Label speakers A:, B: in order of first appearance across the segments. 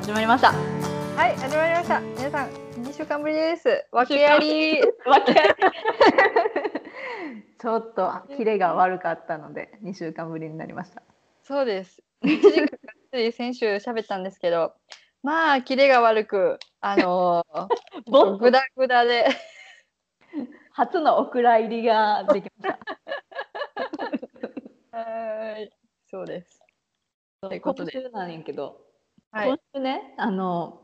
A: 始まりました。
B: はい、始まりました。皆さん、2週間ぶりです。訳あり。
A: 訳ありちょっとキレが悪かったので2週間ぶりになりました。
B: そうです。1時間がっつり先週喋ったんですけど、 まあ、キレが悪く、あの ー、グダグダで、
A: 初のお蔵入りができまし
B: はい、そうです。
A: た。
B: ということで
A: 今週なんやけど、
B: はい
A: 今、週ねあの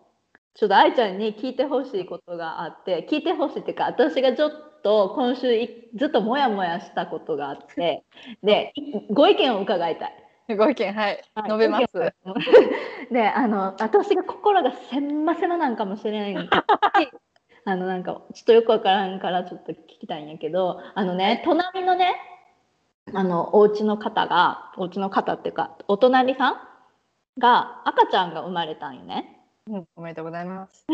A: ちょっと愛ちゃんに聞いてほしいことがあって聞いてほしいっていうか私がちょっと今週いずっとモヤモヤしたことがあってでご意見を伺いたい。
B: ご意見、はい、
A: はい
B: 述べます。。
A: で、あの私が心が狭狭なんかもしれない んであのなんかちょっとよくわからんからちょっと聞きたいんやけど、あのね隣のねあのお家の方がお家の方っていうかお隣さんが赤ちゃんが生まれたんよね。
B: うんおめでとうござい ます。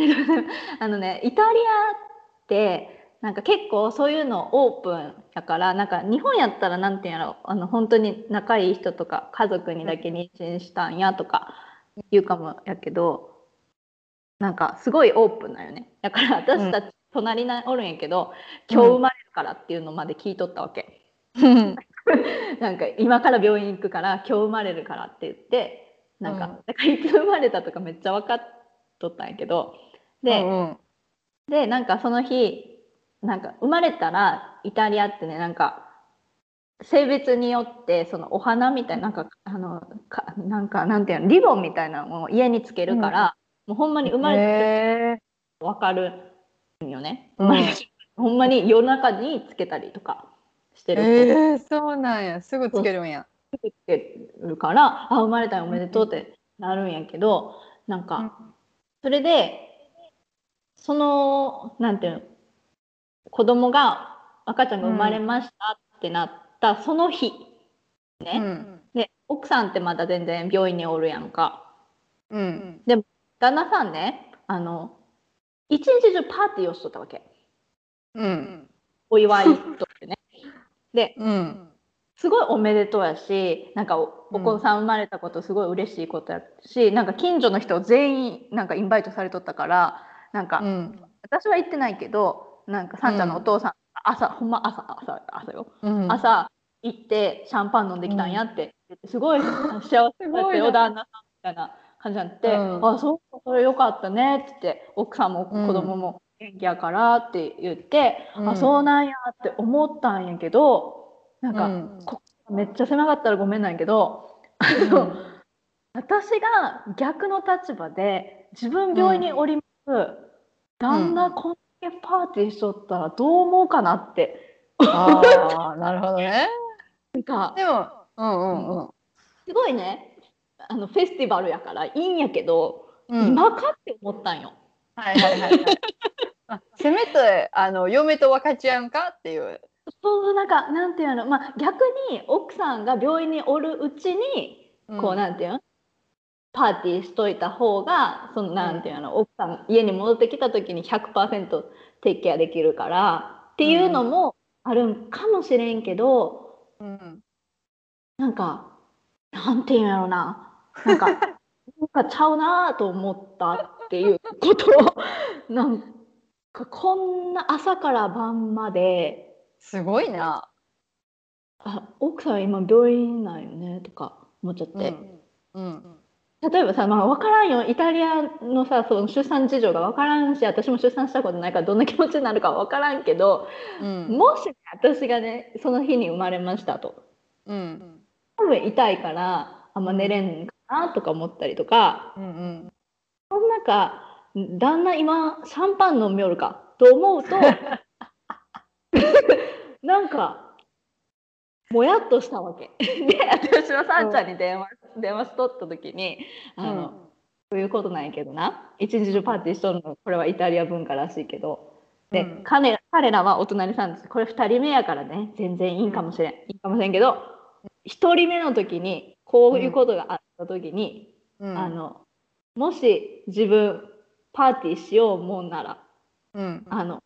A: あのねイタリアってなんか結構そういうのオープンやからなんか日本やったらなんていうんやろあの本当に仲いい人とか家族にだけ妊娠したんやとか言うかもやけどなんかすごいオープンだよねだから私たち隣におるんやけど、今日生まれるからっていうのまで聞いとったわけ、なんか今から病院行くから今日生まれるからって言ってなんか,、
B: うん
A: なんかいつ生まれたとかめっちゃ分かっとったんやけどで、
B: うん
A: でなんかその日なんか生まれたらイタリアってねなんか性別によってそのお花みたいななんかあのかなんかなんていうのリボンみたいなのを家につけるから、もうほんまに生まれ
B: へ
A: てわかるんよね、
B: うん
A: 生まれてほんまに夜中につけたりとかして
B: え
A: るって
B: えーそうなんや、すぐつけるんや。
A: るから、あ生まれたよおめでとうってなるんやけどなんか、それでそのなんていうの子供が赤ちゃんが生まれましたってなった、その日
B: う
A: ね、
B: ん、
A: で奥さんってまだ全然病院におるやんか
B: うん、
A: 旦那さんねあの一日中パーティーをしとったわけ
B: うん、
A: お祝いとってねで
B: うん、
A: すごいおめでとうやしなんかおお子さん生まれたことすごい嬉しいことやし、なんか近所の人全員なんかインバイトされとったからなんか、
B: うん、
A: 私は行ってないけどなんかさんちゃんのお父さん、朝ほんま朝朝朝よ、
B: うん、
A: 朝行ってシャンパン飲んできたんやって、す ごい幸せだっ
B: す
A: た
B: ごい
A: よ
B: な
A: 旦那さんみたいな感じになって「
B: うん
A: あそうそれよかったね」って言って奥さんも子
B: うん
A: 供も元気やからって言って「
B: うん
A: あそうなんや」って思ったんやけどなんか、
B: うん
A: こめっちゃ狭かったらごめんなんやけど
B: うん
A: 私が逆の立場で自分病院におります、旦那こんだけパーティーしとったらどう思うかなって
B: ああ、なるほどね。
A: なんか
B: でも、うんうん
A: すごいねあのフェスティバルやからいいんやけど、
B: うん。うん、はい
A: 今かって思ったんよ。
B: はいはいはい。あせめて、あの、嫁と分かち合うんかっていう。
A: そうなんかなんていうの、まあ、逆に奥さんが病院におるうちに、こう
B: な。
A: なんていうのパーティーしといた方がそのなんていうの、奥さん家に戻ってきた時に100%テイクケアできるからっていうのもあるんかもしれんけど。
B: うん。
A: なんか、なんていうんやろな。なん か、なんかちゃうなと思ったっていうことを、なんかこんな朝から晩まで、
B: すごいな。
A: あ、奥さん今病院なんよねとか思っちゃって。
B: うん。
A: 例えばさ、まあ、分からんよイタリアのさその出産事情が分からんし私も出産したことないからどんな気持ちになるか分からんけど、
B: うん。
A: もし私がねその日に生まれましたと
B: うん。
A: 多分痛いからあんま寝れんかなとか思ったりとか
B: うん。
A: その中旦那今シャンパン飲みよるかと思う となんかもやっとしたわけ。で私はさんちゃんに電話,、電話しとった時に「あのそういうことなんやけどな一日中パーティーしとるのこれはイタリア文化らしいけど」で、
B: うん
A: 彼ら彼らはお隣さんですこれ2人目やからね全然いいんかもしれん、いいかもしれんけど1人目の時にこういうことがあった時に、
B: うん。
A: あ。のもし自分パーティーしようもんなら
B: うん。
A: あの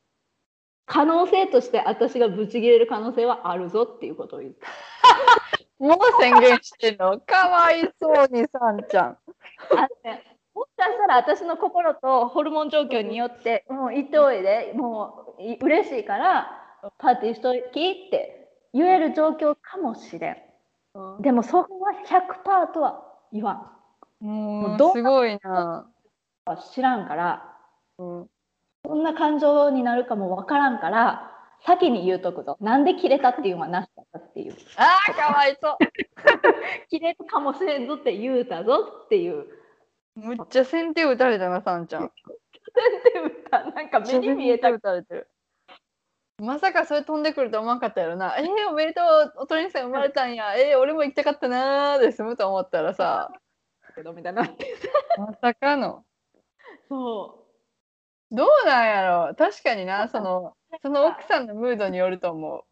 A: 可能性として私がブチ切れる可能性はあるぞっていうことを言った。
B: もう宣言してんの。かわいそうに、さんちゃん。
A: あのねもししたら私の心とホルモン状況によってもう行っておいでもうい嬉しいからパーティーしときって言える状況かもしれん
B: うん
A: でもそこは100%とは言わん
B: も
A: ど
B: う
A: う
B: すごいな。
A: 知らんから
B: うん、
A: どんな感情になるかもわからんから先に言うとくぞなんで切れたっていうのはなしだったっていう
B: ああ、かわいそう。
A: 切れるかもしれんぞって言うたぞっていう
B: むっちゃ先手打たれたな、さんちゃん。
A: 全然歌なんか目に見えた
B: 打たれてる。まさかそれ飛んでくると思わんかったやろ な。えー、おめでとう、おとりさん生まれたんや。えー、俺も行きたかったなーで済むと思ったらさ、
A: けどみたいな
B: まさかの。
A: そ
B: どうなんやろう確かにな、その、その奥さんのムードによると思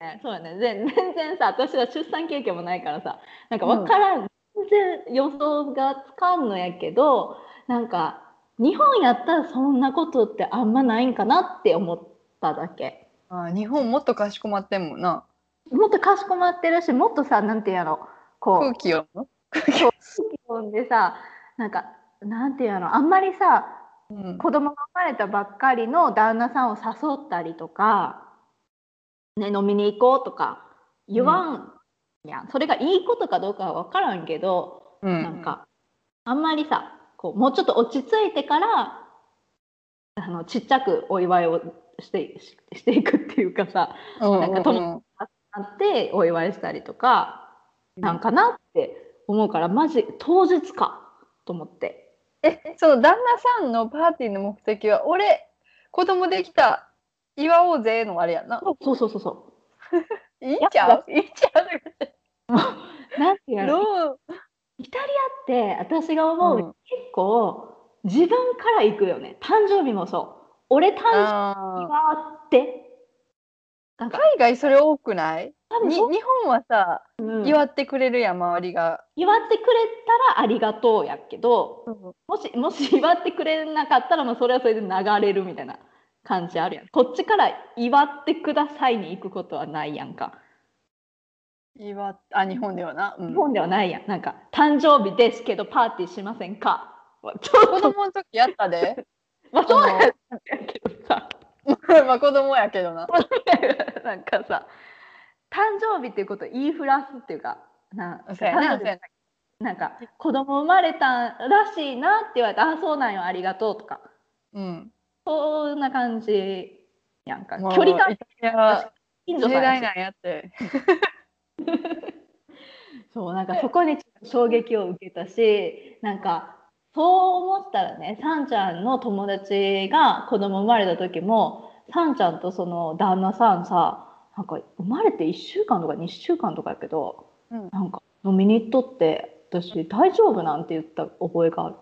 A: う、ね、そうやね全 全然さ私は出産経験もないからさなんか分からん、全然予想がつかんのやけどなんか日本やったらそんなことってあんまないんかなって思っただけ。
B: う。あー日本もっとかしこまってんもんな。
A: もっとかしこまってるしもっとさなんていうやろこ
B: 空
A: う
B: 気を。
A: 空気でさなんかなんていうやろあんまりさ
B: うん、
A: 子供が生まれたばっかりの旦那さんを誘ったりとか、ね、飲みに行こうとか言わんやん、それがいいことかどうかは分からんけど、
B: う
A: なん、かあんまりさこうもうちょっと落ち着いてからあのちっちゃくお祝いをしてししていくっていうかさ
B: うん
A: なんか
B: う
A: と
B: ん
A: も
B: うん
A: あってお祝いしたりとかなんかなって思うからマジ当日かと思って
B: その旦那さんのパーティーの目的は俺子供できた祝おうぜのあれやんな
A: そうそうそうそ
B: いいちゃういいちゃ
A: うなんていう
B: う
A: のっ
B: どう
A: て私が思う、
B: うん
A: 結構自分から行くよね誕生日もそう俺誕生日
B: あー
A: はってなんか
B: 海外それ多くない
A: 多分
B: に日
A: そう
B: 本はさ
A: うん
B: 祝ってくれるやん周りが、
A: 祝ってくれたらありがとうやけどもし もし祝ってくれなかったらまあそれはそれで流れるみたいな感じあるやんこっちから祝ってくださいに行くことはないやんか
B: 祝っあ日本ではな、うん
A: 日
B: 子
A: 本ではないやんなんか誕生日ですけどパーティーしませんか まあちょっと
B: 供の時やった で
A: まあそうなんやけどさ
B: まあ子供やけどな
A: なんかさ誕生日っていうことを言いふらすっていうかな
B: そうやな
A: 誕生
B: そう
A: 日
B: や
A: なんか子供生まれたらしいなって言われたあそうなんよありがとうとか
B: なうん
A: そんな感じやんか距
B: もう
A: 離感
B: イタリア
A: 近所
B: 時
A: から
B: 代なんやって
A: そうなんかそこにちょっと衝撃を受けたしなんかそう思ったらねさんちゃんの友達が子供生まれた時もさんちゃんとその旦那さんさなんか生まれて1週間とか2週間とかやけど、
B: うん
A: なんか飲みに行っとって私大丈夫なんて言った覚えがある。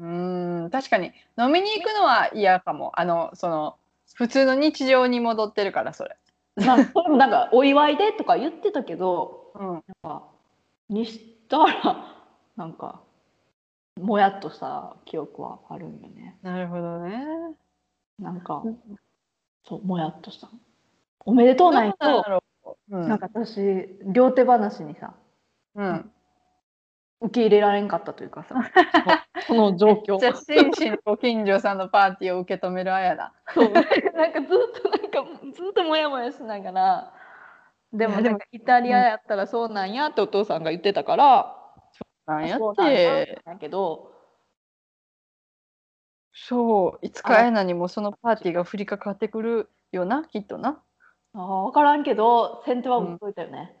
B: うーん確かに飲みに行くのは嫌かもあのその普通の日常に戻ってるからそれ、
A: なんかそれもなんかお祝いでとか言ってたけど
B: うん、
A: なんかにしたらなんかもやっとした記憶はあるんよね。
B: なるほどね
A: なんか
B: うん、
A: そう、もやっとした。おめでとうなんやけど、
B: ろう、うん
A: なんか私、両手話にさ、
B: うん、
A: 受け入れられんかったというかさ、この状況。
B: じゃあ真摯にご近所さんのパーティーを受け止めるあやだ
A: そう なんかずっと、なんか、ずっともやもやしながら、で
B: い
A: も、
B: やで
A: な
B: も
A: んかイタリアやったらそうなんやってお父さんが言ってたから、
B: なんや
A: そう
B: っ
A: なんや
B: て
A: だけど、
B: そういつかあやなにもそのパーティーが降りかかってくるよなきっとな
A: あー分からんけど、先手は打っといたよね。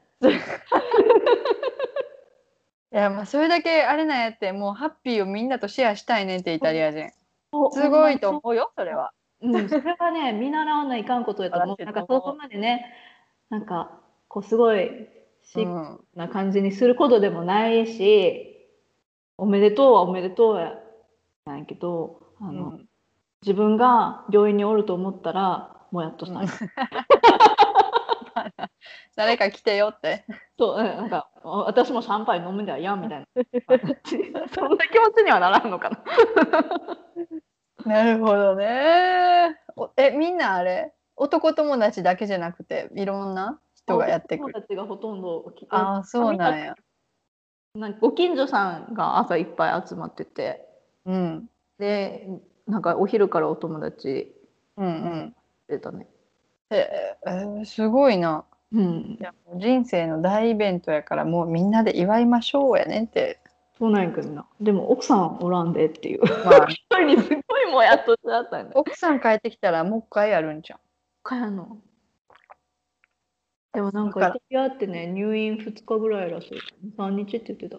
B: いやまあそれだけあれなんやってもうハッピーをみんなとシェアしたいねってイタリア人
A: そう
B: すごいと思うよそれは
A: うん、 それはね、見習わないかんことやと思う。
B: 素晴
A: な
B: ら
A: んか
B: しいと思う
A: そこまでね、なんかこうすごいシック
B: ん
A: な感じにすることでもないし、おめでとうはおめでとうやなんやけど、あの、
B: うん
A: 自分が病院におると思ったら、もやっとした、
B: うん誰か来てよって
A: そう、うんなんかあ私もシャンパン飲むんだよ、やんみ たいな。そんな気持ちにはならんのか な。
B: なるほどね。おえみんなあれ男友達だけじゃなくていろんな人がやってく
A: 友
B: る。
A: 達がほとんど、
B: ああそうなんや。
A: なんかご近所さんが朝いっぱい集まってて、
B: うん。
A: でなんかお昼からお友達
B: うんうん。
A: 出たね
B: ええーすごいな。
A: うん
B: いやもう人生の大イベントやからもうみんなで祝いましょうやねんって。
A: そうなんやけどなでも奥さんおらんでっていう
B: ま あ、
A: 一人にすごいもやっとしちゃったんだ
B: 奥さん帰ってきたらもう一回やるんじゃん。
A: かやのでもなんか
B: だ
A: イ
B: か
A: タリアってね入院2日ぐらいらしい3日って言ってた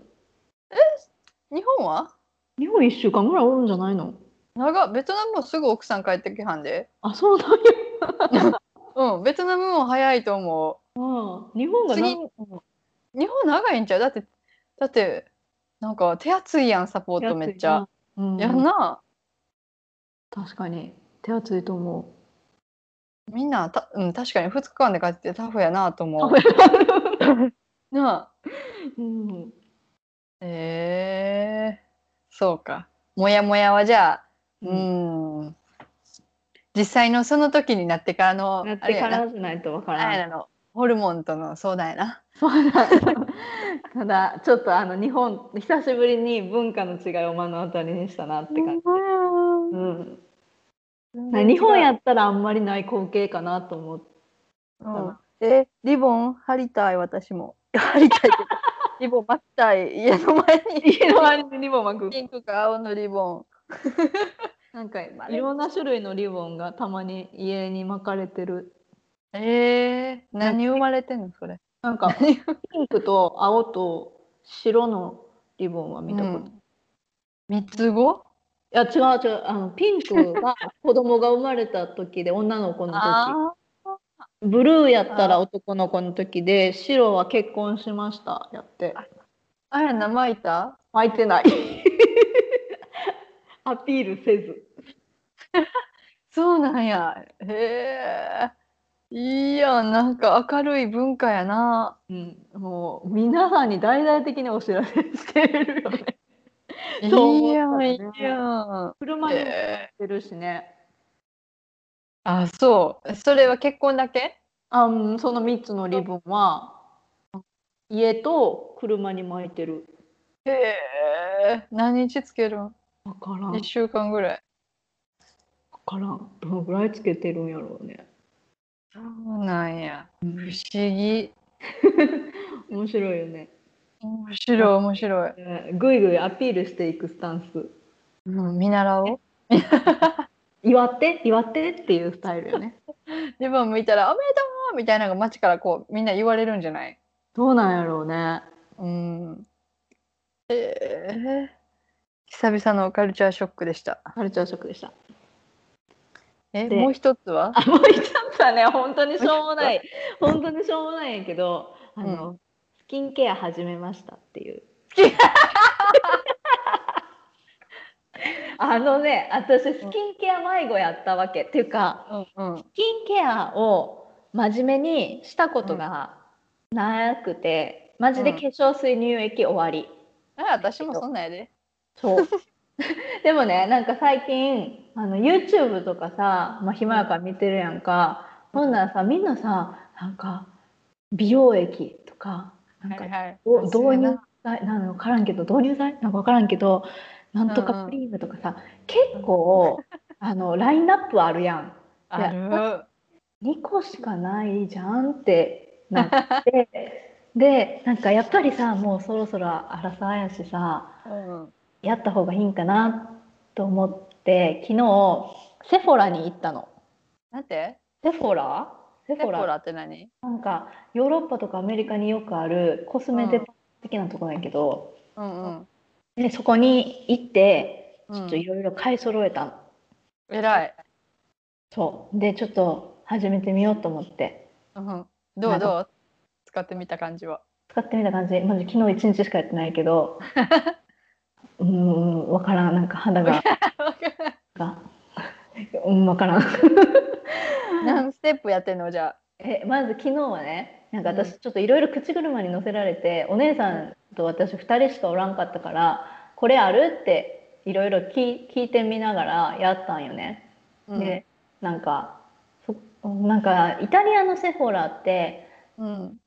B: 日本は
A: 日本1週間ぐらいおるんじゃないの
B: 長っベトナムもすぐ奥さん帰ってきはんで。
A: あそうなんや
B: うん、ベトナムも早いと思
A: ああ日本
B: う。
A: がな
B: 次、日本長いんちゃうだって、だって、なんか手厚いやん、サポートめっちゃ。、
A: うん、
B: やんな、
A: 確かに手厚いと思
B: みんなた、うん、確かに2日間で帰ってタフやなと思
A: タ
B: う。 なあ。
A: う、うん、
B: へえそうか。もやもやはじゃあ、う、
A: うん
B: 実際のその時になってからの、
A: やっ
B: あれ
A: て
B: や
A: か
B: な
A: らじゃないとわか
B: あ
A: ら
B: れ
A: ない
B: やなホルモンとの相談やな。
A: ただちょっとあの日本久しぶりに文化の違いを目の当たりにしたなって感じ、うん日本やったらあんまりない光景かなと思って
B: うんえ、リボン貼りたい、私も。貼りたい けど。リボン巻きたい、家の前に。
A: 家の周りにリボン巻く
B: ピンクか青のリボン。
A: なんかいろんな種類のリボンがたまに家に巻かれてる
B: えー、何生まれてんの、それ。
A: なん かピンクと青と白のリボンは見たこと、
B: うん三つ子。
A: いや違う違うあのピンクが子供が生まれた時で女の子の時
B: あ
A: ブルーやったら男の子の時で白は結婚しましたやって
B: あ、あれ、名前いた。
A: 巻いてない アピールせず
B: そうなんや。へえ。いいやん、なんか明るい文化やな。
A: うん、もう皆さんに大々的にお知らせしてるよね
B: い
A: そう思
B: い
A: った
B: や
A: よ
B: ん、
A: ね
B: いいやん。
A: 車にも売っ
B: え
A: て
B: ー
A: るしね
B: あ、そう。それは結婚だけ。
A: あうんその3つのリボンは家と車に巻いてる
B: へえ。何日つけるん。
A: わからんわ
B: 一週間ぐらい。
A: からんどのぐらいつけてるんやろうね
B: そうなんや。不思議。
A: 面白いよね
B: 面白い、面白い。
A: ねぐいぐいアピールしていくスタンス
B: うん、見習おう。
A: 祝って祝ってっていうスタイルよ ね
B: リボン向いたら、おめでとうみたいなのが街からこう、みんな言われるんじゃない
A: どうなんやろうね
B: うん。えー、久々のカルチャーショックでした。
A: カルチャーショックでした
B: え、
A: で
B: もう一つは
A: あもう一つはね本当にしょうも ない本当にしょうもないんやけどあの、スキンケア始めましたっていう
B: キン。
A: あのね私スキンケア迷子やったわけ、っていうか
B: うんうん
A: ス。キンケアを真面目にしたことがなくて、マジで化粧水乳液終わり。
B: あ私もそんなんやで。
A: そう でもねなんか最近あの YouTube とかさ、まあ、暇やから見てるやんか、ほんならさみんなさなんか美容液とかなんか、
B: はい
A: ど導入剤なの分からんけど導入剤なんか分からんけどなんと
B: うんう
A: か
B: ん
A: クリームとかさ、結構あのラインナップあるやん
B: ある。
A: 2個しかないじゃんってなって でなんかやっぱりさもうそろそろ荒さやしさ
B: うん。
A: やった方がいいんかなと思って昨日セフォラに行ったの
B: なんて
A: セフォラセ
B: セ
A: フ
B: フ
A: ォラ
B: ォラって何
A: なんかヨーロッパとかアメリカによくあるコスメデパート的なところやけど、
B: うんうん。
A: でそこに行って
B: う
A: ち
B: ん
A: ょっといろいろ買い揃えたの、
B: 偉い。
A: そうでちょっと始めてみようと思って
B: うん。どうどう使ってみた感じは。
A: 使ってみた感じまず昨日一日しかやってないけ どうーんわからんなんか肌ががうんわからん
B: 何ステップやってんのじゃ
A: えまず昨日はねなんか
B: う
A: 私ちょっといろいろ口車に乗せられて、お姉さんと私2人しかおらんかったからこれあるっていろいろ聞聞いてみながらやったんよね。
B: あ。
A: でなんかそなんかイタリアのセフォラって
B: うん。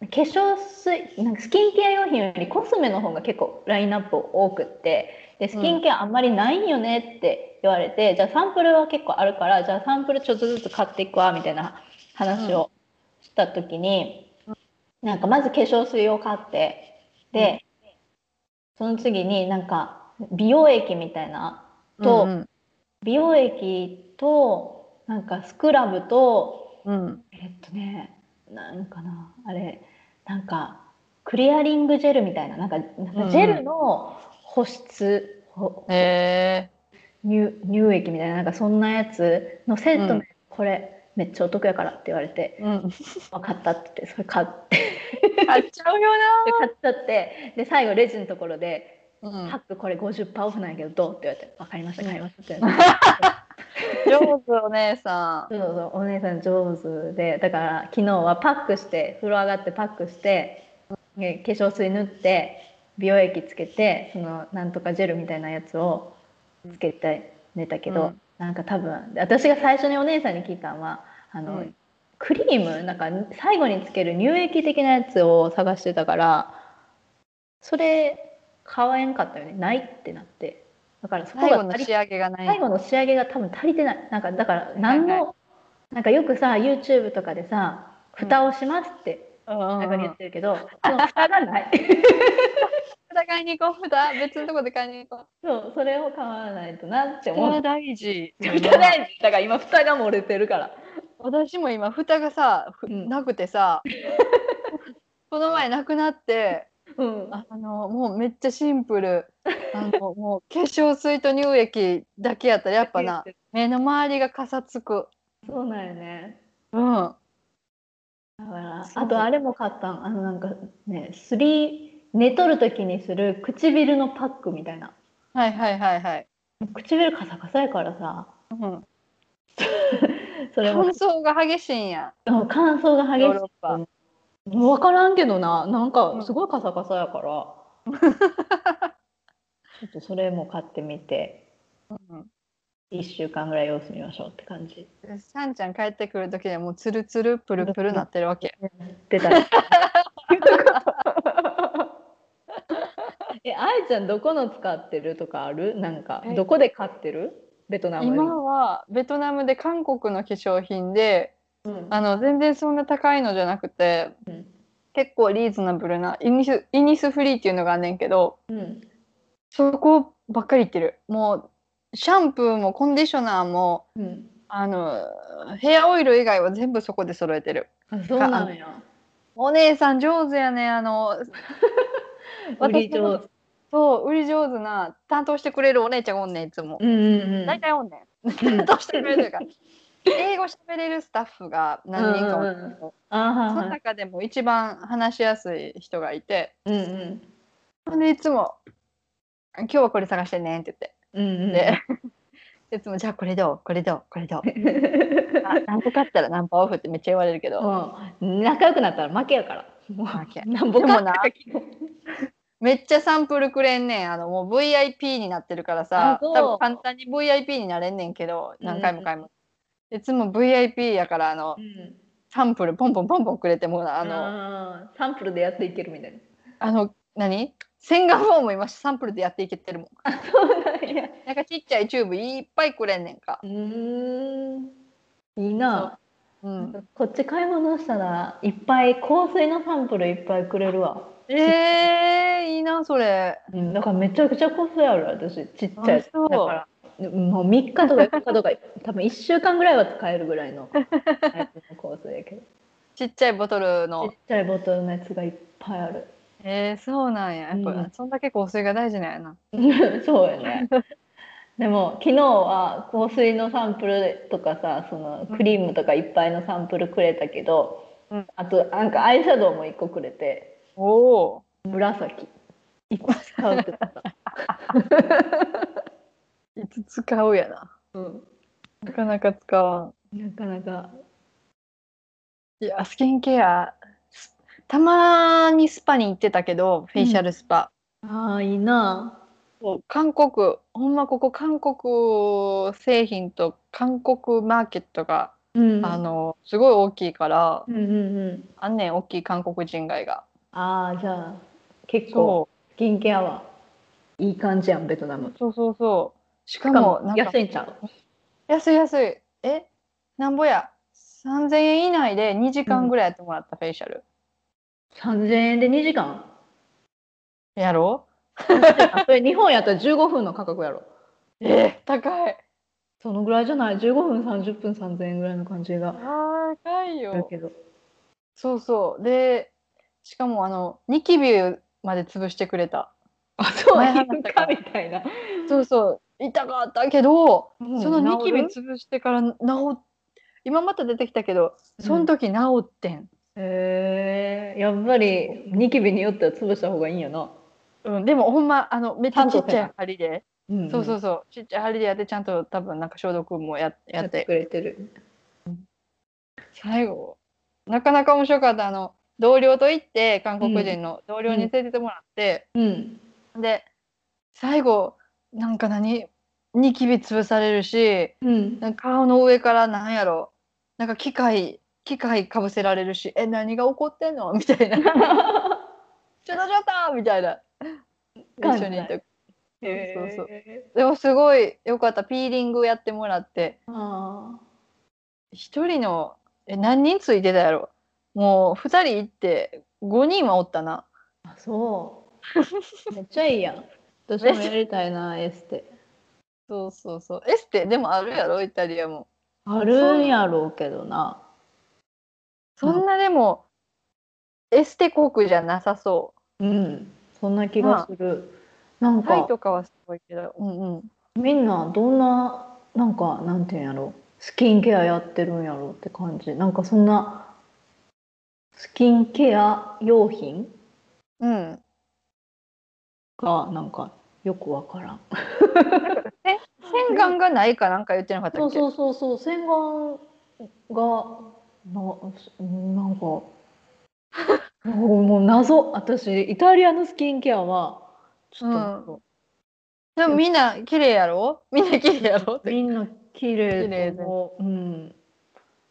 A: 化粧水なんかスキンケア用品よりコスメの方が結構ラインナップ多くってでスキンケアあんまりないんよねって言われて、じゃあサンプルは結構あるからじゃあサンプルちょっとずつ買っていくわみたいな話をした時に、なんかまず化粧水を買ってで、その次になんか美容液みたいなと、
B: うん
A: 美容液となんかスクラブと
B: うん
A: えっとねなんかなあれなんかクリアリングジェルみたいななんかなんかジェルの保湿、ほ
B: へ
A: 乳乳液みたいななんかそんなやつのセット
B: う
A: の
B: ん
A: これめっちゃお得やからって言われて
B: えうん
A: 分かったって言ってそれ買って
B: 買っちゃうよ
A: 買っちゃってで最後レジのところで「
B: な
A: パックこれ50%オフなんやけどどう?」って言われて「分かりました買います」って言われて。
B: 上手お姉さ
A: そうそうお姉さん上手でだから昨日はパックして風呂上がってパックして、ね化粧水塗って美容液つけてそのなんとかジェルみたいなやつをつけて寝たけど、
B: うん
A: なんか多分私が最初にお姉さんに聞いたのはあの、
B: うん
A: クリームなんか最後につける乳液的なやつを探してたからそれ買えんかったよねないってなってだからそ
B: ん
A: こ
B: 最
A: が
B: 後の
A: 足り
B: 仕上げがない
A: 最後の仕上げが多分足りてないなんかだから何の、
B: はい
A: なんかよくさ YouTube とかでさ「
B: うん
A: 蓋をします」って
B: うん
A: 最
B: う
A: 後
B: ん
A: に
B: う
A: 言っ
B: ん
A: てるけど、その蓋がない
B: 蓋買いに行こう蓋別のとこで買いに行こ
A: そうそれを買わないとなって
B: う
A: 思
B: 蓋
A: う
B: 大事
A: 蓋ないだから今蓋が漏れてるから
B: 私も今蓋がさ、ふ
A: うん
B: なくて さこの前なくなって
A: うん
B: あのもうめっちゃシン プルあのもう化粧水と乳液だけやったらやっ ぱな目の周りがかさつく
A: そうなんよね
B: うん
A: だか
B: そ
A: ら
B: う
A: あとあれも買ったんあのなんかねスリー寝とる時にする唇のパックみたいな
B: はいはいはいはい、
A: 唇カサカサやからさ
B: うん、
A: それ
B: 乾
A: も
B: 燥が激しいんや
A: うん乾燥が激
B: ヨー
A: しい
B: ロッパ
A: 分からんけどななん
B: う
A: か
B: ん
A: すごいカサカサやから、 ちょっとそれも買ってみて
B: う
A: 1週間ぐらい様子見ましょうって感じ
B: んサンちゃん帰ってくる時にはもうツルツルプルプルなってるわけ
A: 出た らえあいちゃんどこの使ってるとかあるなんか
B: え
A: どこで買ってるベトナム
B: 今はベトナムで韓国の化粧品で
A: うん
B: あの全然そんな高いのじゃなくて
A: うん
B: 結構リーズナブルなイニスイニスフリーっていうのがあんねんけど
A: うん
B: そこばっかり行ってるもうシャンプーもコンディショナーも
A: うん
B: あのヘアオイル以外は全部そこで揃えてる
A: あそうなんや
B: お姉さん上手やねあの
A: 売り上
B: 私
A: 手
B: そう売り上手な担当してくれるお姉ちゃんがおんねんいつも
A: うんうんうん
B: 大体おんねん
A: うん
B: 担当してくれるというか英語喋れるスタッフが何人かおんねんけど
A: うんうんあーは
B: その
A: いはい
B: 中でも一番話しやすい人がいて
A: うんうん
B: ほんでいつも「今日はこれ探してね」って言って
A: うんうん
B: で、いつも「じゃあこれどうこれどうこれどう あ何個買ったら何パーオフ」ってめっちゃ言われるけど
A: うん、仲良くなったら負けやから。もう
B: 負け
A: なんぼかったか聞こ
B: めっちゃサンプルくれんねんあのもう VIP になってるからさ
A: あそう
B: 多分簡単に VIP になれんねんけど何回も回も、いつも VIP やからあの
A: ううん
B: サンプルポンポンポンポンくれてもうなあ
A: あ
B: の
A: のサンプルでやっていけるみたいな。
B: あの何洗顔フォーム今サンプルでやっていけてるもん
A: そうなんや。
B: なんかちっちゃいチューブいっぱいくれんねんか
A: うーん。いいな。
B: うん
A: こっち買い物したらいっぱい香水のサンプルいっぱいくれるわ。
B: えー、いいなそれ。
A: うん、だからめちゃくちゃ香水ある私ちっちゃいやつ。
B: あそう
A: だからもう3日とか4日とか 多分1週間ぐらいは使えるぐらい のタイプの香水やけど
B: ちっちゃいボトル
A: ちっ
B: の。
A: ちゃいボトルのやつがいっぱいある。
B: えー、そうなんや。やっぱ、
A: うん
B: そんだけ香水が大事なんやな。
A: そうよね。でも昨日は香水のサンプルとかさそのクリームとかいっぱいのサンプルくれたけど、
B: うん
A: あとなんかアイシャドウも1個くれて
B: おお。
A: 紫いっぱい使うってなった、
B: いつ使うやな。
A: うん、
B: なかなか使わ
A: なかなか
B: ん。いや、スキンケア。すたまにスパに行ってたけど、フェイシャルスパ。
A: ああいいな
B: そう韓国、ほんまここ韓国製品と韓国マーケットが、
A: うん
B: あの、すごい大きいから、
A: うんうんうん
B: あんねん、大きい韓国人街が。
A: ああじゃあ結構
B: そ
A: スキンケアは
B: う。
A: いい感じやんベトナム
B: そうそうそう。しか
A: しかも
B: も、なんか
A: 安いんちゃう
B: 安い安い。えなんぼや。3000円以内で2時間ぐらいやってもらったフェイシャル。
A: 3000円で2時間
B: やろ
A: それ日本やったら15分の価格やろ
B: え高い。
A: そのぐらいじゃない15分30分3000円ぐらいの感じが
B: 高い
A: だ
B: よ。
A: けど
B: そうそう。で、しかも、あの、ニキビまで潰してくれた。
A: あそう
B: 前
A: い
B: 話
A: う
B: した
A: か
B: から
A: みたいな、
B: そうそう。痛かったけど、そのニキビ
A: うん治る
B: 潰してから治っ今また出てきたけど、
A: うん
B: その時治ってん。
A: へえやっぱりニキビによっては潰した方がいいんやな、
B: うん、でもほんま、あの、めっちゃちっちゃい針で、
A: うん
B: そうそうそう、ちっちゃい針でやって、ちゃんと多分なんか消毒もや
A: や
B: やっ
A: ってて、くれてる
B: 最後なかなか面白かったあの同僚と行って韓国人の同僚に連れてってもらって、
A: うん
B: で最後なんか何ニキビ潰されるし
A: うん
B: なんか顔の上からなんやろなんか機械機械かぶせられるしえ何が起こってんのみたいなちょっとちょっとみたいな一緒に行ってそうそうでもすごいよかったピーリングやってもらって
A: あ
B: 一人のえ何人ついてたやろもう二人行って五人はおったな
A: ーあそうめっちゃいいやん私もやりたいなエステ
B: そうそうそうエステでもあるやろイタリアも
A: あるんやろうけどな
B: そんなでも、エステ航空じゃなさそ
A: うんそんな気がする、なん
B: うタイ
A: か
B: とかはすごいけどうんうん
A: みんなどんななんかなんていうんやろスキンケアやってるんやろって感じなんかそんなスキンケア用品
B: うん
A: がなんかよくわからん
B: 洗顔がないかなんか言ってなかった
A: そ
B: っ
A: う
B: け
A: そうそうそう洗顔がななんか なんかもう謎私イタリアのスキンケアはちょっとなんか、
B: でもみんな綺麗やろみんな綺麗やろって
A: みんな綺麗
B: 綺麗
A: で
B: だ
A: うん、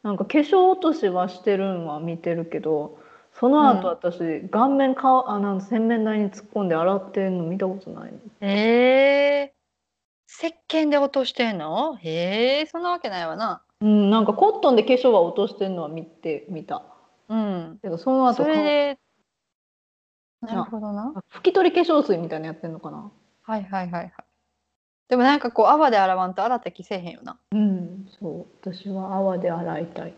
A: なんか化粧落としはしてるんは見てるけどその後私、顔面顔あなん洗面台に突っ込んで洗ってるの見たことない
B: ええ石鹸で落としてんのへえそんなわけないわな
A: うんなんかコットンで化粧は落としてるのは見て見た
B: うん
A: けどその後
B: それ
A: 顔
B: でなるほどな
A: あ拭き取り化粧水みたいなのやってんのかな
B: はいはいはいはい。でもなんかこう泡で洗わんと洗った気せえへんよな。
A: うんそう私は泡で洗いたい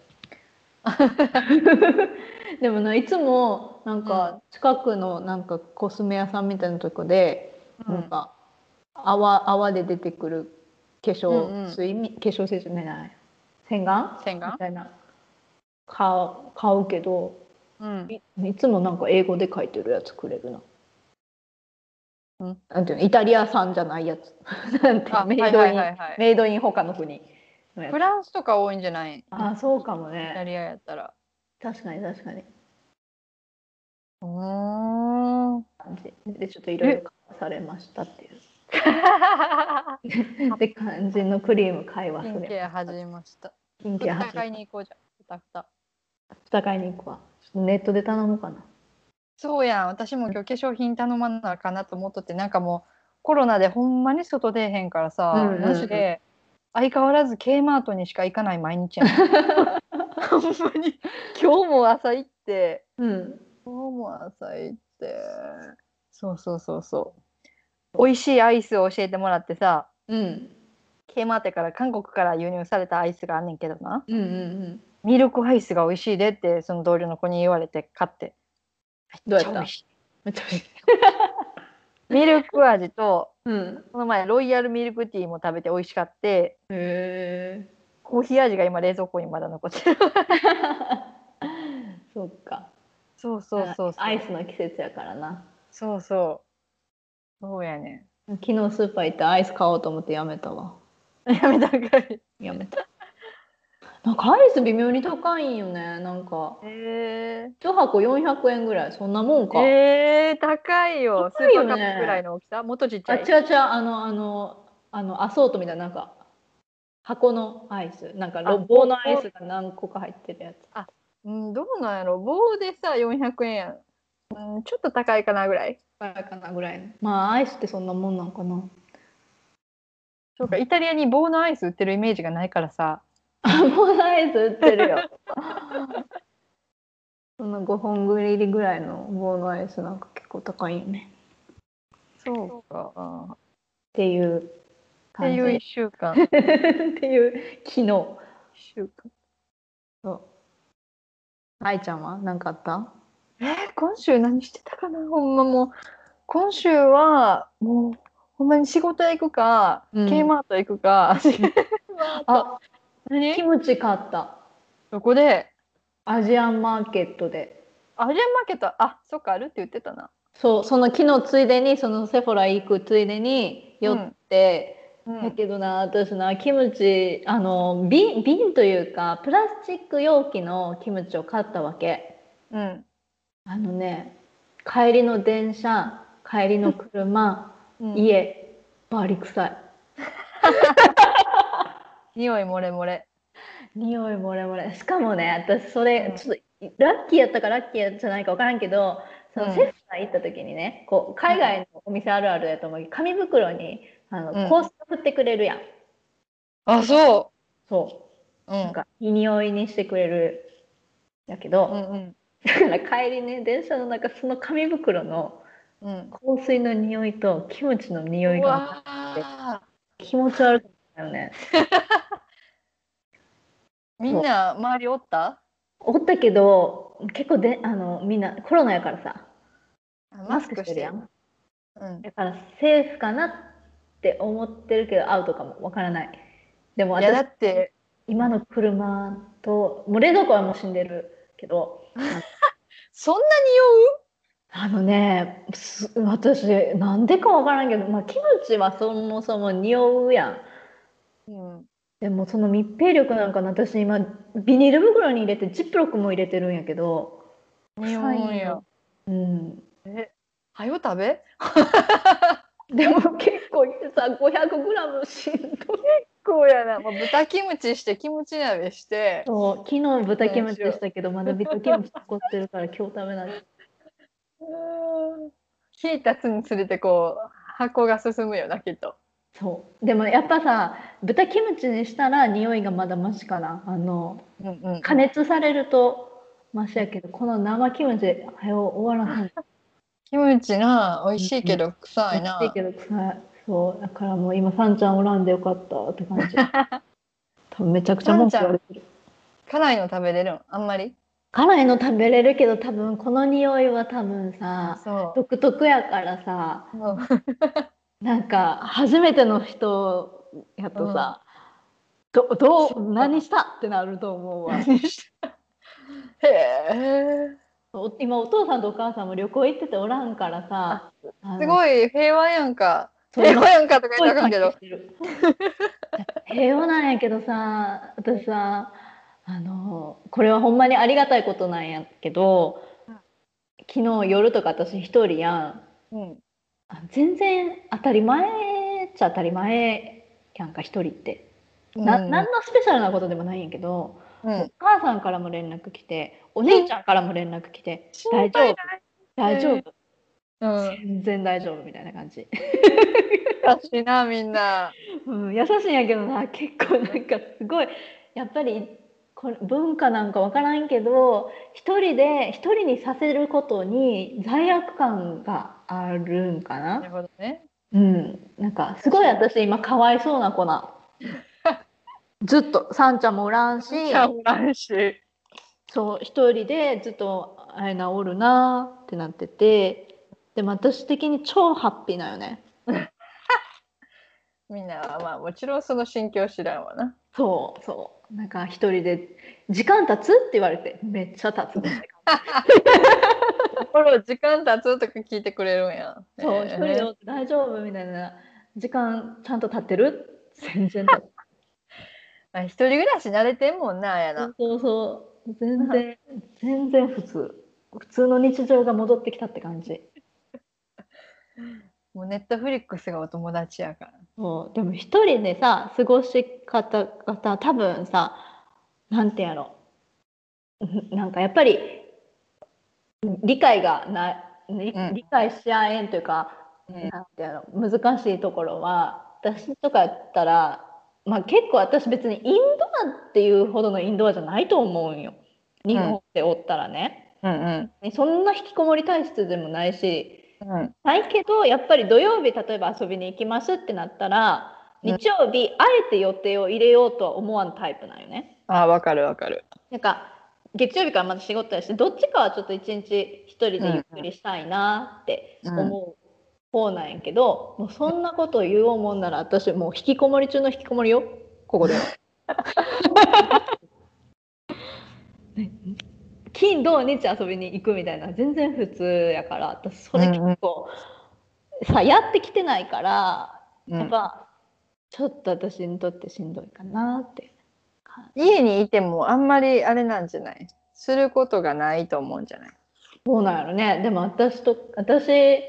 A: でもないつもなんか近くのなんかコスメ屋さんみたいなとこで、なんか泡泡で出てくる化粧水、化粧水じゃない洗顔
B: 洗
A: み
B: 顔。
A: たいな買う買うけど
B: うん。
A: いいつもなんか英語で書いてるやつくれるな。
B: うん
A: なんていうのイタリア産じゃないやつ なんていうの
B: あ、
A: メイドイン、
B: はいはいはいはい。
A: メイドイン他の国のやつ
B: フランスとか多いんじゃない？
A: あそうかも
B: イタ
A: ね
B: リアやったら。
A: 確かに確かに
B: うーん。
A: 感じでちょっといろいろされましたっ ていうで肝心のクリーム買い
B: スキ
A: 忘
B: ンケ
A: れ
B: ア始めました。
A: 金券
B: 二
A: 始
B: 日買
A: め
B: いに行こうじゃん。二二。
A: た買いに行くわちょっとネットで頼もうかな
B: そうやん。私も今日化粧品頼まなあかんなと思っとってなんかもうコロナでほんまに外出えへんからさ、
A: うんうんうん
B: マジで。相変わらず K マートにしか行かない毎日や ねんほんまに今日も朝行って
A: うん
B: 今日も朝行ってそうそうそうそう美味しいアイスを教えてもらってさ
A: うん
B: ケーマーテから韓国から輸入されたアイスがあんねんけどな
A: うんうん
B: ミルクアイスが美味しいでってその同僚の子に言われて買って
A: どうやった
B: めちゃ美味しい
A: めっちゃ美味しい
B: ミルク味と
A: うん
B: この前ロイヤルミルクティーも食べて美味しかって
A: へえ
B: コーヒー味が今冷蔵庫にまだ残ってる
A: そっか
B: そうそうそうそう
A: アイスの季節やからな
B: そうそうそうやね
A: 昨日スーパー行ってアイス買おうと思ってやめたわ
B: んやめたんかい
A: やめた なんかアイス微妙に高いんよねなんか
B: え
A: 一箱400円ぐらいそんなもんか、
B: えー、高いよ
A: 高いよ
B: ス
A: ね
B: ーパーカップぐらいの大きさもっとちっちゃ
A: あ違
B: い
A: う違うあのあのあのアソートみたいななんか箱のアイスなんか
B: あ
A: ロ棒のアイスが何個か入ってるやつ
B: うん、どうなんやろ棒でさ400円やんうん、ちょっと高いかなぐらい。
A: かなぐらいのまあアイスってそんな もんなんかな
B: そうか、イタリアに棒のアイス売ってるイメージがないからさ。
A: あもうアイス売ってるよ その5本入りぐらいの棒のアイスなんか結構高いよね
B: そうか。
A: っていう
B: って
A: 感じ
B: いう1
A: っ
B: 週間。
A: ていう昨日
B: 一週間
A: 愛ちゃんは何かあった
B: えー 今週何してたかなほんまもう。今週は、もう、ほんまに仕事行くか、
A: うん
B: K マート行くか。
A: あキ
B: 何
A: ムチ買った
B: そこで、
A: アジアンマーケットで
B: アジアンマーケット、あ、そっか、あるって言ってたな。
A: そうその昨日ついでにそのセフォラ行くついでに寄って、
B: う
A: だ
B: ん。
A: けどな私なキムチあの瓶瓶というかプラスチック容器のキムチを買ったわけ
B: うん。
A: あのね帰りの電車帰りの車
B: うん、
A: 家バリ臭い
B: 匂い漏れ漏れ。
A: 匂い漏れ漏れしかもね私それ、
B: うん
A: ちょっとラッキーやったかラッキーじゃないか分からんけどその
B: うん
A: セフナ行った時にねこう海外のお店あるあるやと思うけど紙袋にあの、
B: うん
A: 香水を振ってくれるやん
B: あ、そ。
A: そうう
B: う
A: なん
B: ん。
A: かいい匂いにしてくれるんだけど、
B: うんうん。
A: だから帰りね電車の中その紙袋の
B: うん。
A: 香水の匂いとキムチの匂いうが
B: わー
A: 気持ち悪かったよね
B: みんな周りおった
A: おったけど結構であのみんなコロナやからさ
B: あ
A: マスクしてるや
B: マ
A: ん
B: スクしてるうん。
A: だからセーフかなって思ってるけどアウトかもわからないでも
B: いやだ
A: 私
B: って
A: 今の車ともう冷蔵庫はもう死んでるけど
B: そんなに
A: あのねす私なんでかわからんけど、まあ、キムチはそもそも匂うやん
B: 酔う、
A: でもその密閉力なんかな私今ビニール袋に入れてジップロックも入れてるんやけど
B: うん、匂
A: 臭
B: うん
A: い
B: や
A: ようん
B: はよ食べ
A: でも結構さ 500g しんどい
B: こうやなもう豚キムチしてキムチ鍋して
A: そう昨日豚キムチでしたけどまだ豚キムチ残ってるから今日食べない
B: 火立つにつれてこう箱が進むよなきっと
A: そうでもやっぱさ豚キムチにしたら匂いがまだマシかなあの
B: うんうん
A: 加熱されるとマシやけどこの生キムチはよ終わらへん
B: キムチな美味しいけど臭いな
A: 熱いけど臭いそうだからもう今さんちゃんおらんでよかったって 感じ多分めちゃくちゃ文句言われてる
B: 辛いの食べれるんあんまり
A: 辛いの食べれるけど多分この匂いは多分さ
B: そ
A: 独特やからさ
B: うもう
A: なんか初めての人やとさ、どどう何したってなると思う わ。
B: 何したへえ
A: お今お父さんとお母さんも旅行行ってておらんからさ
B: す
A: い
B: ごい平和やんか
A: そう
B: 平和やんかとか
A: す
B: 言ったらあかんけど
A: 関係してる 平和なんやけどさ私さあのこれはほんまにありがたいことなんやけど
B: うん
A: 昨日夜とか私一人やん
B: うん
A: あ全然当たり前っちゃ当たり前やんか一人って、な
B: うん
A: 何のスペシャルなことでもないんやけど。
B: うん
A: お母さんからも連絡来てお姉ちゃんからも連絡来て「大丈夫大丈夫
B: うん
A: 全然大丈夫」みたいな感じ、
B: 優しいなみんな。
A: うん、優しいんやけどな 結構なんかすごいやっぱりこれ文化なんかわからんけど一人で一人にさせることに罪悪感があるんか
B: なる
A: な
B: ほどね。
A: うんなんかすごい私今かわいそうな子 なずっとサンちゃんもおらんし
B: じゃあおらんし。
A: そう一人でずっとあれなおるなーってなっててでも私的に超ハッピーなよね
B: みんなはまあもちろんその心境知らんわな。
A: そうそうなんか一人で「時間経つ?」って言われてめっちゃ経つね
B: 心時間経つとか聞いてくれるんや。
A: そう一人でお
B: よ。
A: って大丈夫みたいな時間ちゃんと経ってる全然経って
B: まあ一人暮らし慣れてんもんなあや
A: る
B: な。
A: そうそう全然全然普通普通の日常が戻ってきたって感じ
B: もうネットフリックスがお友達やから。
A: そうでも一人でさ過ごし方がさ多分さなんてやろうんなんかやっぱり理解がな理
B: うん
A: 理解し合えんというか、
B: うん
A: なんていうの難しいところは私とかやったら、まあ、結構私別にインドアっていうほどのインドアじゃないと思うんよ日本でおったらね、
B: うん
A: そんな引きこもり体質でもないし
B: うんうん
A: ないけどやっぱり土曜日例えば遊びに行きますってなったら
B: う
A: 日
B: ん
A: 曜日あえて予定を入れようとは思わんタイプなんよね。
B: あーわかるわかる
A: なんか月曜日からまた仕事やしどっちかはちょっと一日一人でゆっくりしたいなって思う方なんやけど、もうそんなこと言おうもんなら私もう引きこもり中の引きこもりよここでは。金土日遊びに行くみたいな全然普通やから私それ結構、さやってきてないから
B: うん
A: やっぱ、ちょっと私にとってしんどいかなって。
B: 家にいてもあんまりあれなんじゃないすることがないと思うんじゃない
A: そうなんやろね。でも私と、私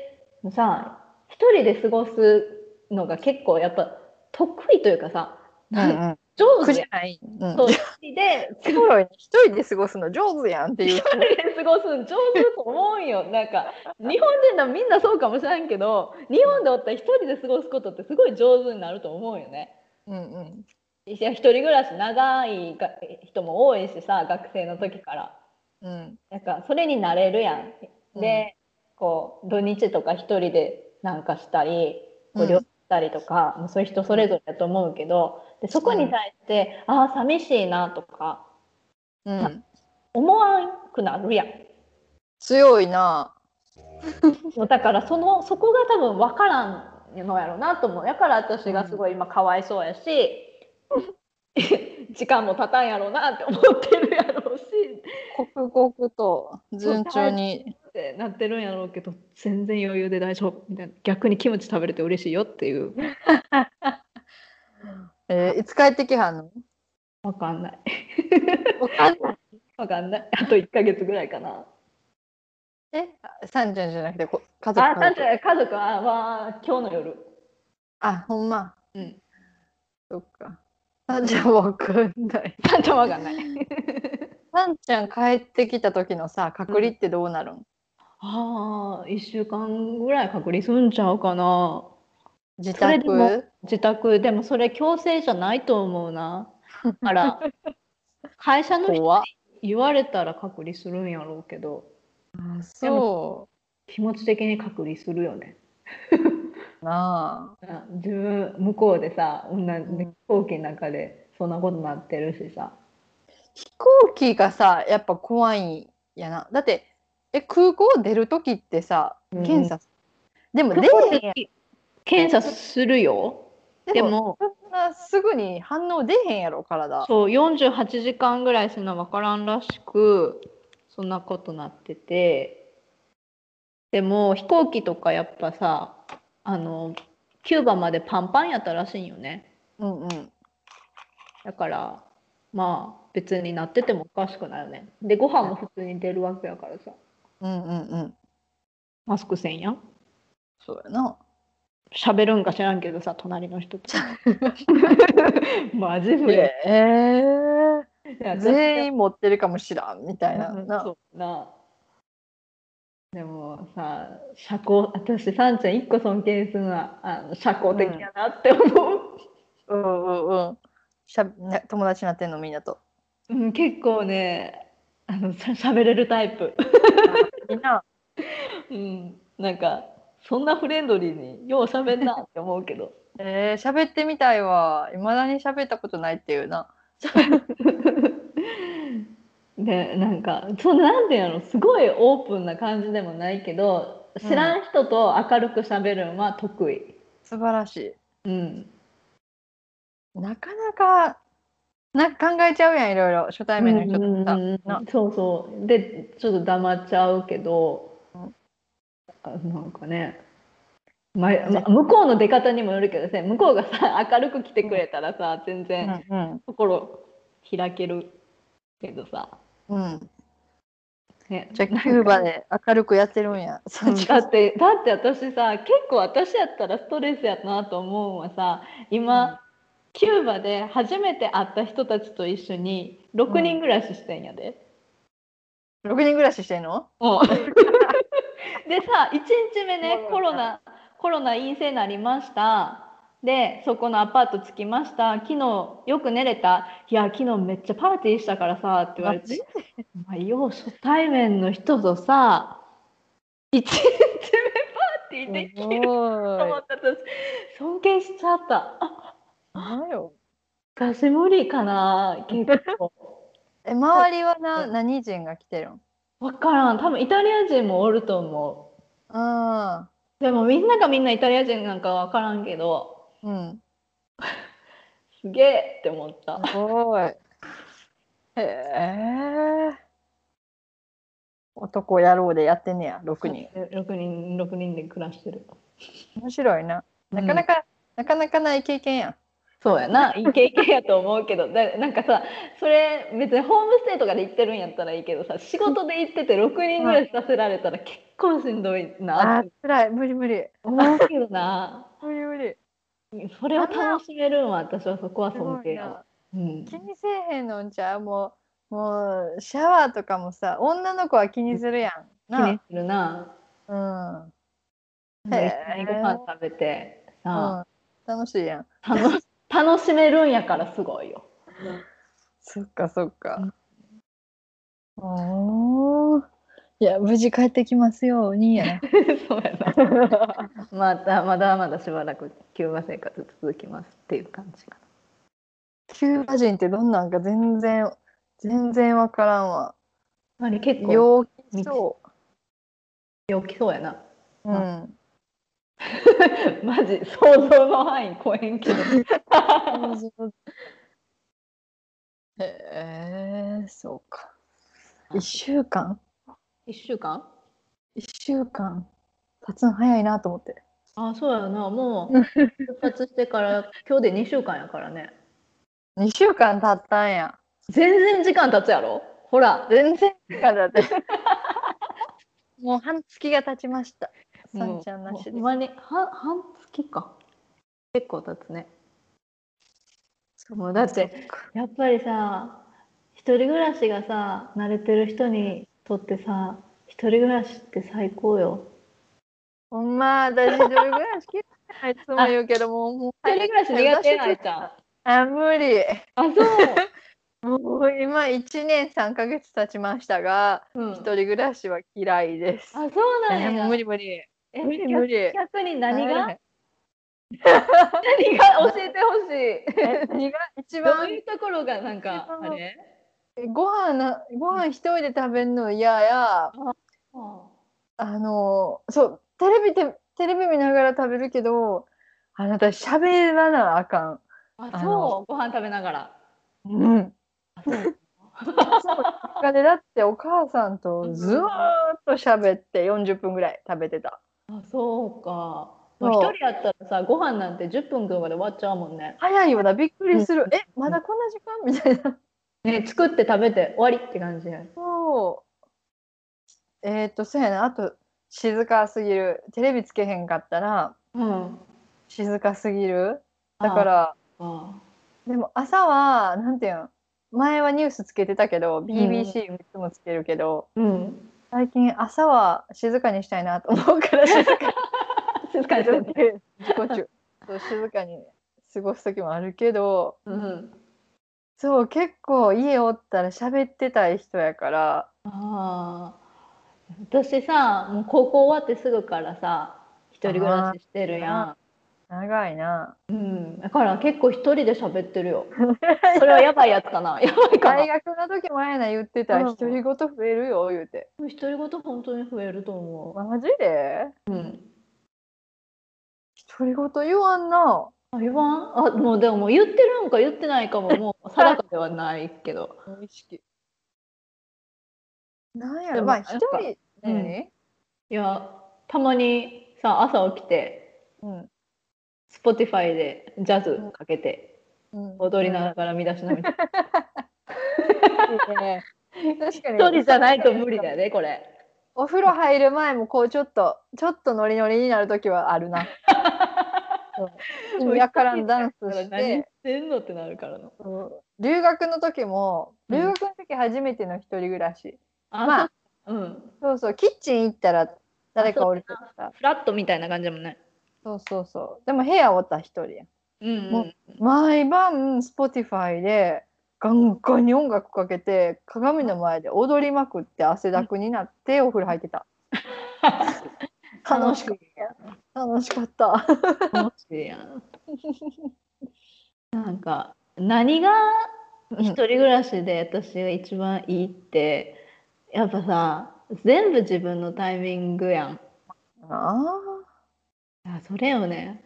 A: もさ、一人で過ごすのが結構やっぱ得意というかさ、なん
B: ん
A: 上
B: 苦
A: 手
B: じ
A: や。
B: ゃない、うんん
A: そう、一人で、
B: すごいね一人で過ごすの上手やんってい
A: 一
B: う
A: 人で過ごすの上手だと思うんよ。なんか、日本人のみんなそうかもしれんけど、日本でおったら一人で過ごすことってすごい上手になると思うよね。
B: うんうん
A: いや一人暮らし長いが人も多いしさ、学生の時から。
B: うん
A: なんかそれになれるやん。で、こう土日とか一人でなんかしたり
B: う
A: ご
B: ん
A: 旅行したりとか、もうそういう人それぞれだと思うけどでそこに対して、ああ寂しいなとか
B: うん
A: 思わんくなるやん。
B: 強いな
A: もうだからそのそこが多分分からんのやろうなと思う。だから私がすごい今かわいそうやし、時間も経たんやろうなって思ってるやろうし
B: 刻々と順調に
A: ってなってるんやろうけど全然余裕で大丈夫みたいな逆にキムチ食べれて嬉しいよっていう
B: えーいつ帰ってきはんの
A: わかんない。
B: わかんない
A: わかんない。あと1ヶ月ぐらいかな。
B: えサンちゃんじゃなくてこ家族
A: あ、
B: 家
A: なん
B: 族
A: て家族は、わー今日の夜。
B: あほんま
A: うん。
B: そっかサンちゃんわかんない
A: なんてわかんない。
B: サンちゃん帰ってきた時のさ隔離ってどうなるん、
A: ああ、1週間ぐらい隔離すんちゃうかな。
B: 自
A: それでも
B: 宅
A: 自宅、でもそれ強制じゃないと思うな。あら、会社の人
B: 怖っ
A: に言われたら隔離するんやろうけど、
B: あ
A: で
B: そ
A: 気持ち的に隔離するよね。
B: うなあ
A: うん自分、向こうでさ、同じ
B: ん
A: 飛行機の中でそんなことなってるしさ。
B: 飛行機がさやっぱ怖いんやなだってえ空港出る時ってさ
A: うん
B: 検査、でも出えへんやん
A: 検査するよ。でも
B: そんなすぐに反応出えへんやろ体
A: そう48時間ぐらいするのは分からんらしくそんなことなっててでも飛行機とかやっぱさあのキューバまでパンパンやったらしいんよね
B: うんうん
A: だからまあ別になっててもおかしくないよねでご飯も普通に出るわけやからさ
B: うんうんうん
A: マスクせんやん
B: そうやな
A: 喋るんか知らんけどさ隣の人と マジ
B: え
A: で
B: えー、
A: 私
B: 全員持ってるかもしらんみたいな
A: うん
B: な
A: そうなでもさ社交私さんちゃん一個尊敬するのはあの社交的やなって思う、
B: うんうんうんしゃね友達になってんのみんなと
A: うん結構ねあのしゃ喋れるタイプ、
B: みんな
A: うん、なんかそんなフレンドリーによう喋んなって思うけど
B: えー、喋ってみたいわいまだに喋ったことないっていうな
A: でなんかそうなんていうのすごいオープンな感じでもないけど知らん人と明るく喋るのは得意、
B: 素晴らしい
A: うん、
B: なかなか、なんか考えちゃうやん、いろいろ、初対面の人とさ。
A: うんうんうん
B: な
A: そうそうでちょっと黙っちゃうけど、
B: うん
A: あなんかね、まま向こうの出方にもよるけどさ向こうがさ明るく来てくれたらさ全然
B: うん
A: 心開けるけどさ、
B: うんうん
A: ね、
B: じゃあ、キ
A: なんか
B: ューバで明るくやってるんや。そ
A: うん
B: っち
A: だってだって私さ結構私やったらストレスやなと思うのはさ今、
B: うん
A: キューバで初めて会った人たちと一緒に6人暮らししてんやで。
B: 6人暮らししてんの
A: もうでさ1日目ねコロナコロナ陰性になりましたでそこのアパート着きました昨日よく寝れたいや昨日めっちゃパーティーしたからさって言われてまあ、よう初対面の人とさ1日目パーティーできると 思った私尊敬しちゃったあ
B: なんよ
A: 私無理かな結構
B: え周りはな何人が来てるん
A: 分からん多分イタリア人もおると思
B: あ
A: うでもみんながみんなイタリア人なんか分からんけど
B: ーうん
A: すげえって思った
B: すごいへえ男野郎でやってんねや6人
A: 6人6人で暮らしてる
B: 面白いななかなか、なかなかない経験やん
A: そうやな、いい経験やと思うけど、だなんかさ、それ別にホームステイとかで行ってるんやったらいいけどさ、仕事で行ってて6人ぐらいさせられたら結構しんどいな
B: あ
A: って
B: 辛い無理無理
A: 思うけどな。
B: 無理無理
A: それを楽しめるんは私はそこは尊敬やわ。うん。
B: 気にせえへんのんちゃうもうもうシャワーとかもさ女の子は気にするやん
A: 気に
B: な
A: するな。
B: うん、
A: なんか一緒に
B: へー
A: ご飯食べてさ、
B: うん、楽しいやん
A: 楽し楽しめるんやからすごいよ。
B: そっかそっかおーいや無事帰ってきますようにやな
A: そうやな。またまだまだしばらくキューバ生活続きますっていう感じかな。
B: キューバ人ってどんなんか全然全然わからんわ
A: あれ結構
B: 陽気そ
A: 陽気そうやな。
B: う、うん、
A: マジ想像の範囲超え んけど
B: へえそうか1週間
A: 1週間
B: 1週間経つの早いなと思って
A: あそうやな もう出発してから今日で2週間やからね
B: 2週間経ったんや
A: 全然時間経つやろほら
B: 全然だって もう半月が経ちましたさんちゃんなしで
A: ほんまに半半月か結構経つねもうだって
B: そか
A: やっぱりさ一人暮らしがさ慣れてる人にとってさ一人暮らしって最高よ
B: ほんま私一人暮らし嫌いないつも言うけどもうもう
A: 一人暮らし苦手やないちゃん
B: んあ無理
A: あそ
B: もう今1年3ヶ月経ちましたが
A: う、うん、
B: 一人暮らしは嫌いです
A: あそうなんや
B: えもう無理無理
A: え
B: 無理無理
A: 逆に何が、
B: はい
A: 何が 教えてほしい。
B: え何が 一
A: どう
B: 番
A: いうところがなんか
B: 一番
A: あれ？
B: ご飯なご飯一人で食べるの嫌やあのそうテレビでテレビ見ながら食べるけどあなた喋らなあか
A: あ
B: あ
A: そ
B: の
A: うご飯食べながら。
B: ん。うん。
A: あそう。
B: でだってお母さんとずーっと喋って40分ぐらい食べてた。
A: あそうか。
B: そう
A: まあ一人やったらさご飯なんて10分とかで終わっちゃうもんね。
B: 早いよなびっくりする。えまだこんな時間みたいな。
A: ね作って食べて終わりって感じや。
B: そう。えっ、とそうやなあと静かすぎるテレビつけへんかったら
A: うん。
B: 静かすぎるだから。
A: あ。
B: でも朝はなんていうん前はニュースつけてたけど BBC いつもつけるけど、
A: うん。
B: 最近朝は静かにしたいなと思うから静かに
A: 静かにし。
B: してて自己中そう静かに過ごす時もあるけど
A: うん。
B: そう結構家おったら喋ってたい人やから
A: ああ。私さもう高校終わってすぐからさ一人暮らししてるや
B: 長いな。
A: ん。うん。だから結構一人で喋って るよ。それはやばいやつかな。やばいかな
B: 大。学の時もあやな言ってた
A: うん
B: 独り言増えるよ言うて
A: 独り言本当に増えると思
B: マジで
A: う。うん。
B: 独り言言わんな
A: あ言わんあもうでももう言ってるんか言ってないかももう定かではないけど。
B: 無意識なんや
A: で
B: ろ
A: も
B: まあ
A: やっぱ
B: 一人
A: う
B: なんのに
A: いやたまにさ朝起きて
B: うん、
A: Spotify でジャズかけて
B: うん
A: 踊りながら見出し のみ。
B: いいね確かに
A: 一人じゃないと無理だよねこれ。
B: お風呂入る前もこうちょっとちょっとノリノリになる時はあ るなそう意味わからんダンス
A: 何し
B: し
A: ててんのってなるからの。
B: そう留学の時も
A: うん
B: 留学の時初めての一人暮らし
A: あ
B: まあ
A: そううん
B: そうそうキッチン行ったら誰かおるけどさ
A: フラットみたいな感じだもんね
B: そうそうそうでも部屋おったら一人やん
A: うんうん
B: もう毎晩 Spotify でガンガンに音楽かけて鏡の前で踊りまくって汗だくになってお風呂入ってた楽しかった楽しかった
A: 楽しいやんなんか何が一人暮らしで私が一番いいってやっぱさ全部自分のタイミングやん
B: あ
A: あそれよね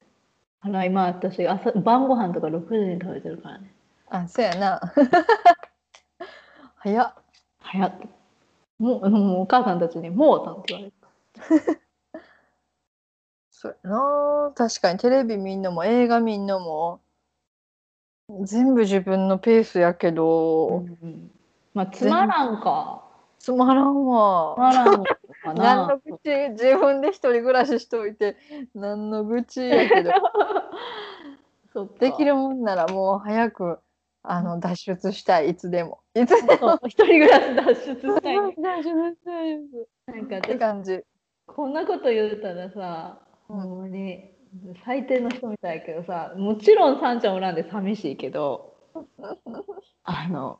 A: あら今私朝晩ご飯とか6時に食べてるからね
B: ーあそうやな 早っ
A: 早っもうもうお母さんたちに「もう」なんて言われた
B: そうやな確かにテレビ見んのも映画見んのも全部自分のペースやけど、
A: まあつまらんか
B: つまらん
A: つ
B: わ
A: まらんか
B: 何
A: な
B: の愚痴自分で一人暮らししといて何の愚痴や けど
A: そっか
B: できるもんならもう早くあの脱出したいいつでもいつで
A: そう一人暮らし脱出したい
B: も
A: ね
B: 脱出したいです
A: なんか
B: って
A: 私
B: 感じ
A: こんなこと言うたらさ、
B: うん
A: ほんまに最低の人みたいやけどさもちろんさんちゃんおらんで寂しいけ どあの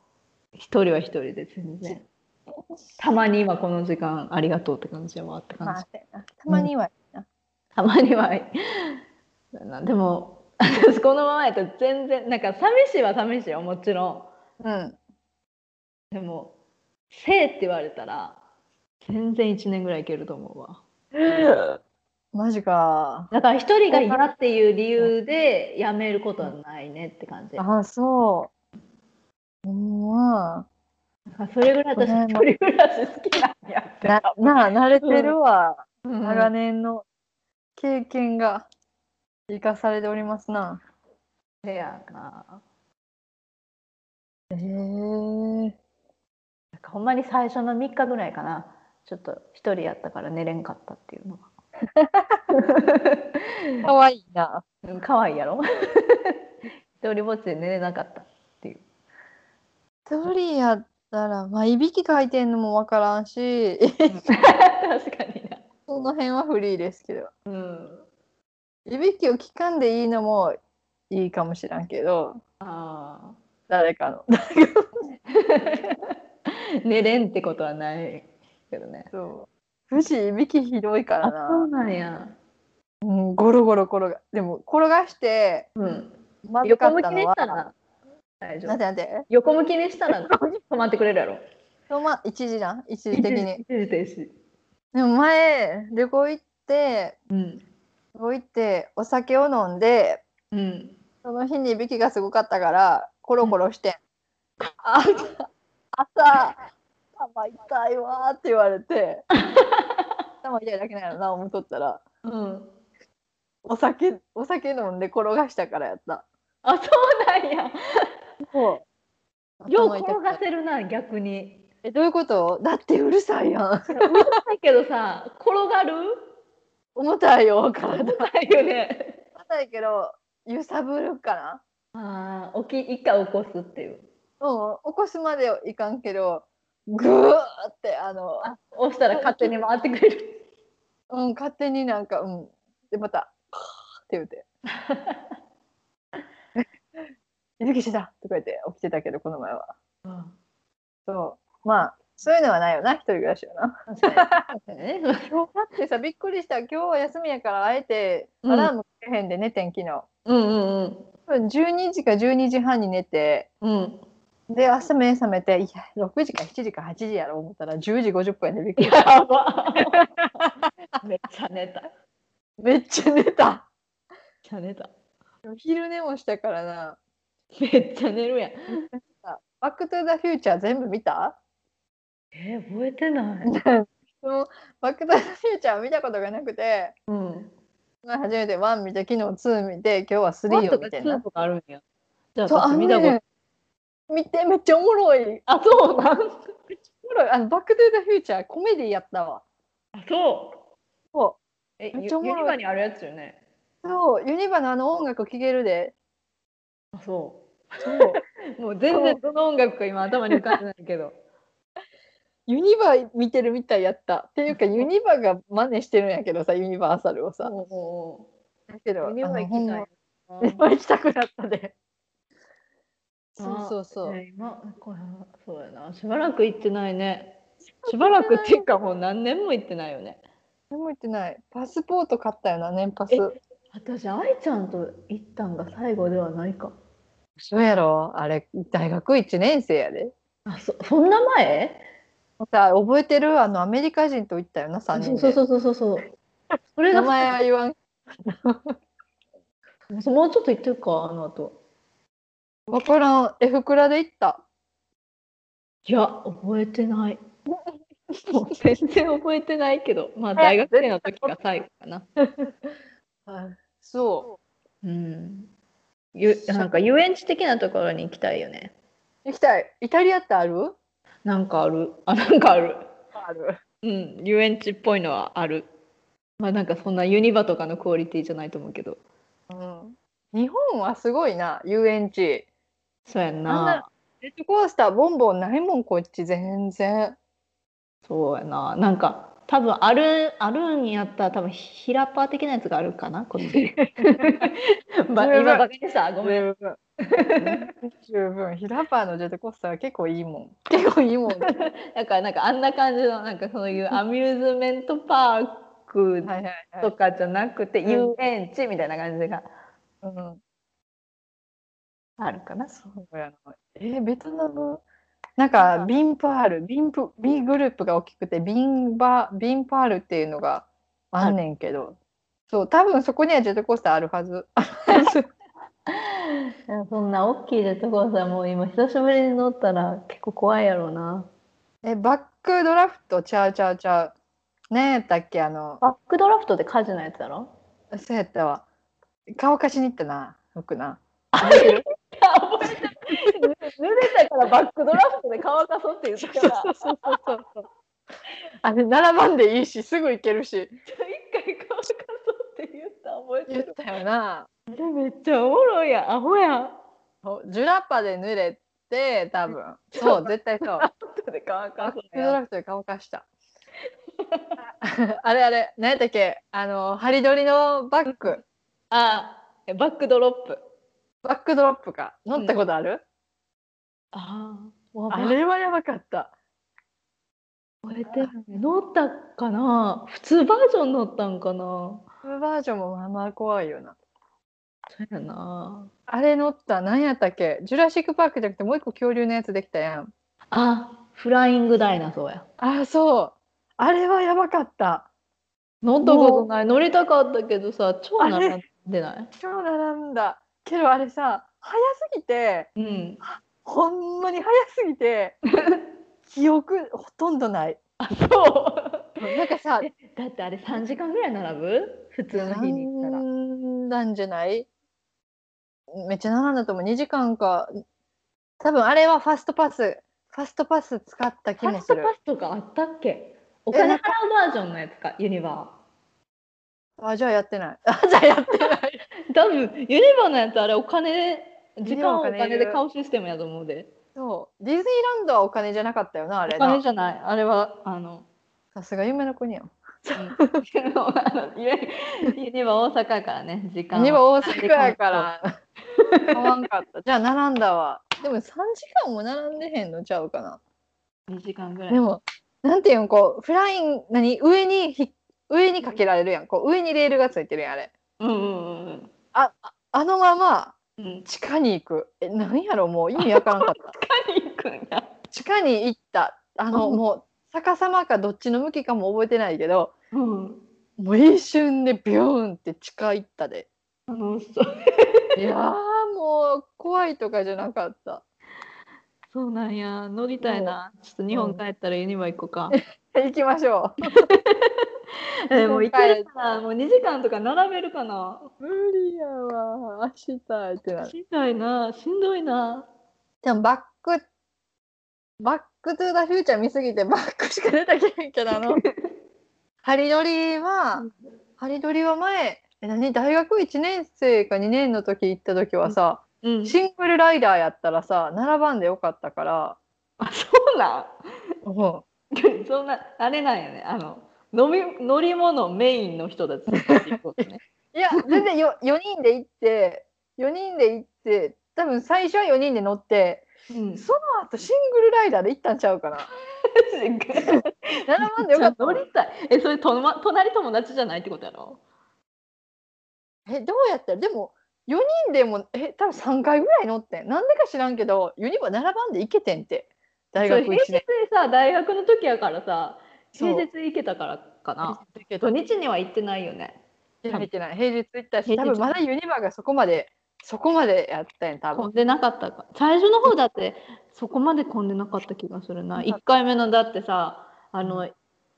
A: 一人は一人で全然たまに今この時間ありがとうって感じやわって感じ、
B: まあせやなたまには
A: たまにはだ なでも私このままやと全然なんか寂しいは寂しいよもちろ
B: うん
A: んでも「せえ」って言われたら全然1年ぐらいいけると思うわ。
B: マジか
A: だから一人が嫌っていう理由で辞めることはないねって感じ。だか
B: あそううんま
A: らそれぐらい私一人暮らし好きなんやって。
B: なな慣れてるわ、
A: うん
B: 長年の経験が生かされておりますな
A: せやな。
B: へえー、
A: なんかほんまに最初の3日ぐらいかな。ちょっと一人やったから寝れんかったっていうのが。
B: かわいいな。
A: うん可愛いやろ 一人ぼっちで寝れなかった。
B: 一人やったら、まあ、いびきかいてんのもわからんし、
A: 確かにな。
B: その辺はフリーですけど、
A: うん。
B: いびきを聞かんでいいのもいいかもしらんけど、
A: あ
B: 誰かの。
A: あ。寝れんってことはないけどね。
B: そう。富士いびきひどいからな。
A: なんや。
B: うん、ゴロゴロ転が。でも、転がして、
A: うん。
B: まず
A: 横
B: かっ
A: 向
B: た
A: きに
B: の
A: し
B: は、
A: たら大丈
B: なん
A: 夫
B: てなんて、
A: 横向きにしたら止まってくれるやろ
B: そうまあ、一時な、一時的に。
A: 一時停止
B: でも前、旅行行って、
A: うん
B: 旅行行って、お酒を飲んで、
A: うん
B: その日にいびきがすごかったからコロコロしてん、あ朝「頭痛いわ」って言われて頭痛いだけなのな思っとったら
A: うん
B: お酒お酒飲んで転がしたからやった
A: あそうなんや
B: そう
A: よう
B: 頭痛
A: 転
B: く
A: が
B: て
A: せるな逆に
B: えどういうことだってうるさいやん
A: だけどさ転がる
B: 重たいよ体重
A: ないよね
B: たいけど揺さぶるかな
A: ああ起き一回起こすっていう
B: うん起こすまではいかんけどグーってあの
A: あ押したら勝手に回ってくれる
B: うん、勝手になんか、うん。で、また、カーって言うて。 いびきしてたとか言って起きてたけど、この前は。そう。まあ、そういうのはないよな、一人暮らしはな。
A: 確かにね
B: 今日だってさ、びっくりした。今日は休みやから、あえて、
A: うん
B: アラームかけへんで寝てん、昨日。
A: うんうん
B: 多分12時か12時半に寝て、
A: うんうん
B: で、朝目覚めて、いや、6時か7時か8時やろ、思ったら、10時50分やでびっくり
A: や
B: した。
A: ば めっちゃ寝ためっ
B: めっちゃ寝た。
A: ちゃ寝た
B: 昼寝もしたからな。
A: めっちゃ寝るやん
B: バックトゥザフューチャー全部見た
A: えー覚えてない
B: そのバック・トゥ・ザ・フューチャーを見たことがなくて、
A: うん
B: まあ、初めて1見て昨日2見て今日は3を見てん
A: ワンとかツー
B: な。
A: とかあるんや。じゃあ
B: そうあ
A: 私
B: のね
A: 見たこと。
B: 見てめっちゃおもろい。
A: あ、そうなん。
B: おもろいあのバック・トゥ・ザ・フューチャーコメディやったわ。
A: あ、そう。
B: そ
A: え、
B: めっ
A: ユ
B: ちゃおもろい
A: ニバにあるやつよね。
B: うそうユニバのあの音楽聴けるで。
A: あ、そ
B: そう
A: う。もう全然どの音楽か今頭に浮かんでないけど。
B: ユニバ見てるみたいやったっていうかユニバが真似してるんやけどさユニバーサルをさ
A: お
B: だけど
A: ユニバ行きたいな。
B: いっぱい行きたくなっ たでそう
A: あ
B: そうそう、
A: ね今これそうやなしばらく行ってないねしばらくっていうかもう何年も行ってないよね
B: でも行ってないパスポート買ったよな年パス
A: え私愛ちゃんと行ったんが最後ではないか
B: そうやろあれ大学1年生やで
A: あそそんな前
B: さ覚えてるあのアメリカ人と行ったよな3人
A: そう
B: で
A: そうそうそうそうそうそれ
B: 名
A: が
B: 前は言わん
A: もうちょっと行ってるかあの後
B: わからんえふくらで行った
A: いや覚えてないもう全然覚えてない けどまあ大学生の時が最後かな
B: そ
A: うんゆなんか遊園地的なところに行きたいよね
B: う行きたいイタリアってある
A: なんかあるあなんかある
B: ある
A: うん、遊園地っぽいのはある。まあなんかそんなユニバとかのクオリティじゃないと思うけど。
B: うん日本はすごいな遊園地
A: そうやん
B: あん
A: な
B: な。ジェットコースターボンボンないもんこっち全然
A: そうやな。なんか多分あるあるんやったら多分ヒラッパー的なやつがあるかなこっ ち。ば
B: 十分
A: 今バカにしたごめん。
B: 十分十分ヒラパーのジェットコースターは結構い いもん結構いいもんはい
A: だからなんかあんな感じのなんかそういう アミューズメントパーク
B: はいはい、
A: とかじゃなくて、
B: うん
A: 遊園地みたいな感じが
B: うん、
A: あるかな。
B: そうやなえベトナムなんかビンパールビンプ B グループが大きくてビンバビンパールっていうのがあんねんけどそう多分そこにはジェットコースターあるはず
A: でもそんな大きいジェットコースターもう今久しぶりに乗ったら結構怖いやろうな。
B: えバックドラフトちゃうちゃうちゃう何やったっけあの
A: バックドラフトで火事のやつだろ
B: そうやったわ乾かしに行ったな服 な
A: 覚えてる濡れたからバックドラフトで乾かそうって言ったから
B: うそうそうそうあれ並ばんでいいしすぐ行けるし
A: 一回乾かそうって言った覚えて
B: 言っ
A: る
B: たよな
A: めっちゃおもろいやんアホやん
B: ジュラッパで濡れて多 分そう絶対そう
A: 後で乾
B: バッ
A: か
B: ク
A: そう
B: ドラ
A: や
B: フトで乾かした あれあれ何やったっけあのハリドリのバック
A: あバックドロップ
B: バックドロップか乗ったことある、
A: あ
B: あ
A: あれ
B: れはやばかった
A: 覚えてない乗ったかな普通バージョン乗ったんかな
B: フルバージョンもまあまあ怖いよな
A: そうやな
B: あれ乗った何やったっけジュラシック・パークじゃなくてもう一個恐竜のやつできたやん
A: あフライングダイナソーや
B: あそうあれはやばかった
A: 乗ったことない乗りたかったけどさ超
B: あれ
A: 並んでない
B: 超並んだけどあれさ早すぎて
A: うん
B: ほんまに早す ぎて記憶ほとんどない
A: そう
B: なんかさ
A: だってあれ3時間ぐらい並ぶ普通の日に行ったら。
B: 並んだんじゃないめっちゃ並んだと思う2時間か多分あれはファストパスファストパス使った気
A: ファ
B: も
A: ス
B: す
A: ト
B: る
A: パスとかあったっけお金払う
B: な
A: んバージョンのやつかユニバ
B: あじゃあやってない あじゃあやってない
A: ー多分ユニバーのやつあれお金時間をお
B: ユニバーお金い
A: 金
B: る
A: で買うシステムやと思うで
B: そうディズニーランドはお金じゃなかったよなあれ
A: お金
B: な
A: じゃないあれはあの
B: さすが夢の国やん
A: あのユニユニバー大阪やからね時間
B: 今
A: は
B: 大阪やから 買わんかったじゃあ並んだわでも3時間も並んでへんのちゃうかな
A: 2時間ぐらい
B: でもなんていうんこうフライン何上にひ上にかけられるやんこう上にレールがついてるやんあれ
A: うんうんうん
B: あのまま
A: うんうん
B: 地下に行くえ何やろもう意味わからんかった
A: 何行くんや
B: 地下に行ったあの
A: うん
B: もう逆さまかどっちの向きかも覚えてないけど
A: うん
B: もう一瞬でビューンって地下行ったで
A: 楽しそう
B: いやーもう怖いとかじゃなかった
A: そうなんや乗りたいなちょっと日本帰ったらユニバー行こうか
B: 行きましょう
A: えー もう行けるかなもう2時間とか並べるかな
B: 無理やわ明日ってなる
A: しんどいなしんどいな
B: でもバックバックトゥーザフューチャー見すぎてバックしか出てけへんけどあ のハリドリは、
A: うん
B: ハリドリは前え何大学1年生か2年の時行った時はさ、
A: うん
B: シングルライダーやったらさ並ばんでよかったから
A: あそうなん
B: も
A: そんなあれなんよねあの飲み乗り物メインの人だっていうこと ね
B: いや全然 よ4人で行って4人で行って多分最初は4人で乗って
A: うん
B: その後シングルライダーで行ったんちゃうかな7万 でよかった
A: 乗りたいえそれと、ま、隣友達じゃないってことやろ
B: えどうやったらでも4人でもえ多分3回ぐらい乗ってんなんでか知らんけど4人は7番で行けてんって大学
A: そ
B: 1
A: れ平日
B: 年
A: でさ大学の時やからさ
B: そ
A: 平
B: う
A: 日行けたからかな
B: 平日行けた
A: 土日には行ってないよね
B: 平日ない平日行ったし
A: 平日
B: 多分まだユニバがそこまでそこまでやったんや多
A: 混
B: 分
A: んでなかったか最初の方だってそこまで混んでなかった気がするな
B: なかった
A: 1回目のだってさあの、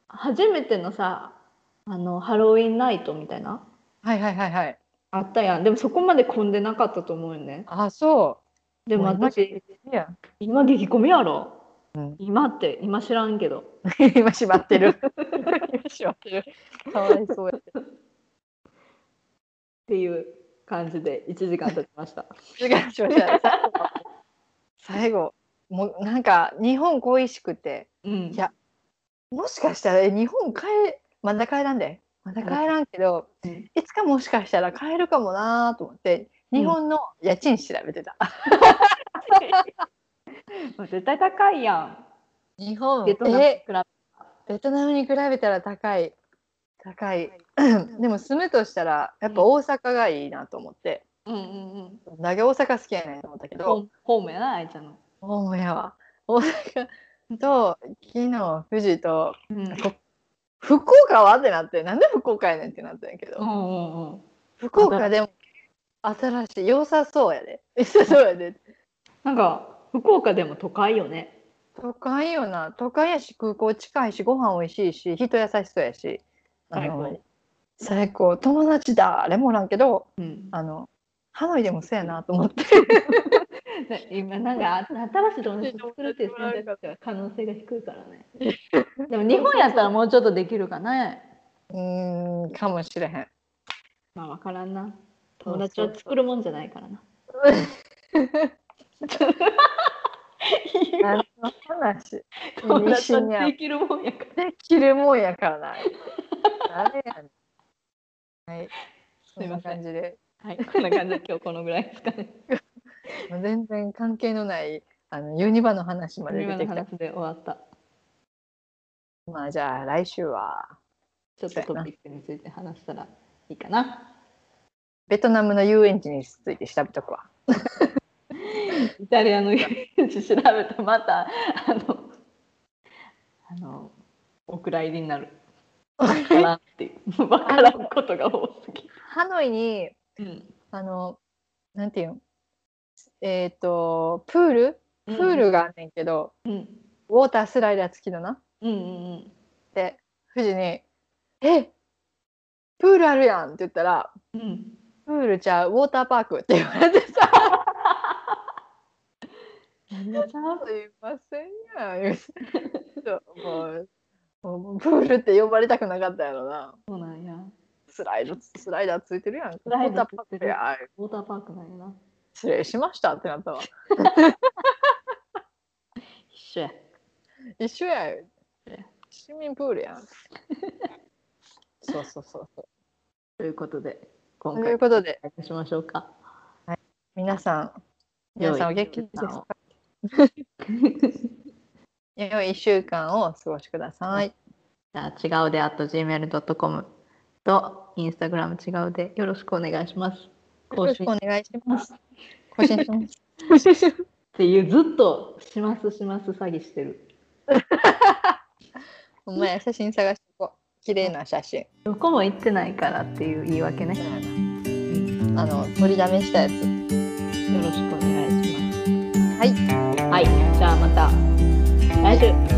A: 初めてのさあのハロウィンナイトみたいな
B: はいはいはいはい
A: あったやんでもそこまで混んでなかったと思うよね
B: あそ
A: でも
B: もう今
A: 私
B: ういや
A: 今激混みやろ、
B: うん
A: 今って今知らんけど
B: 今しまってる今しまってるかわいそうや
A: っていう感じで1時間経ちました
B: 違うしました最後もうなんか日本恋しくて
A: うん
B: いやもしかしたらえ日本帰まだ帰らんでまだ帰らんけど
A: うん
B: いつかもしかしたら帰るかもなーと思って
A: うん
B: 日本の家賃調べてた、
A: 絶対高いやん
B: 日本
A: ベトナムに
B: え
A: 比べた
B: ベトナムに比べたら高い高い でも住むとしたらやっぱ大阪がいいなと思って、
A: うんうんうん
B: どんだけ大阪好きやねんと思ったけど、
A: ホホームやな愛ちゃんの、
B: ホームやわ大阪と昨日富士と
A: うん、うん
B: こ福岡はってなってなんで福岡やねんってなったんやけど、
A: うんうん
B: 福岡でも新しい良さそうやで 良さそうやで
A: なんか福岡でも都会よね
B: 都会よな都会やし空港近いしご飯美味しいし人優しそうやしあの
A: 最高
B: 最高友達誰もおらんけど
A: うん
B: あのハノイでもそうやなと思って
A: ね今なんか新しい友達作るっていう選択肢は可能性が低いから ねでも日本やったらもうちょっとできるかね
B: うーんかもしれへん
A: まあ分からんな友達は作るもんじゃないからな
B: 何の 話
A: 友達
B: 西に
A: は
B: あ
A: できるもんやから
B: できるもんやからな。あれやねんはい。
A: すいません
B: そな感じで。
A: はいこんな感じで今日このぐらいですかね
B: もう全然関係のないあのユニバの話まで
A: 今
B: 出
A: の
B: てきた。
A: 話で終わった
B: まあじゃあ来週は
A: ちょっとトピックについて話したらいいかな
B: ベトナムの遊園地について調べとくわ。
A: イタリアの遊園地調べたらまたあのあのお蔵入りになる。わからんっていう。わからんことが多すぎ
B: ハノイに
A: る。
B: あのなんていうのえっ、とプールプールがあんねんけど、
A: うん
B: ウォータースライダー付きのな。
A: うんうん
B: で富士に「えプールあるやん」って言ったら
A: うんうん。
B: 「プールちゃうウォーターパーク」って言われてさ。すいませんやん。そうもうもうプールって呼ばれたくなかったやろな。
A: そうなんや。
B: スライドスライダーついてるやん。ス
A: ライダーついてる
B: や
A: ウォーターパークなんやな。
B: 失礼しましたってなったわ。
A: 一緒や。
B: 一緒やよ
A: ね。
B: 市民プールやん。そうそうそうそ
A: ということで、
B: う。
A: 今
B: とい
A: 回
B: うことで
A: お話ししましょうか。
B: 皆さん皆さんお元気ですか。良い一週間をお過ごしください。
A: じゃあ違うで at gmail.com とインスタグラム違うでよろしくお願いします。
B: よ
A: 更
B: ろし
A: 新
B: くお願いし
A: ま
B: ます
A: す。。
B: 更新します。更新します
A: っていうずっとしますします詐欺してる
B: お前写真探してこう。綺麗な写 真。
A: どこも行ってないからっていう言い訳ねよ
B: あの取りだめしたやつ。
A: ろしくお願いします
B: はい。
A: はいじゃあまた来週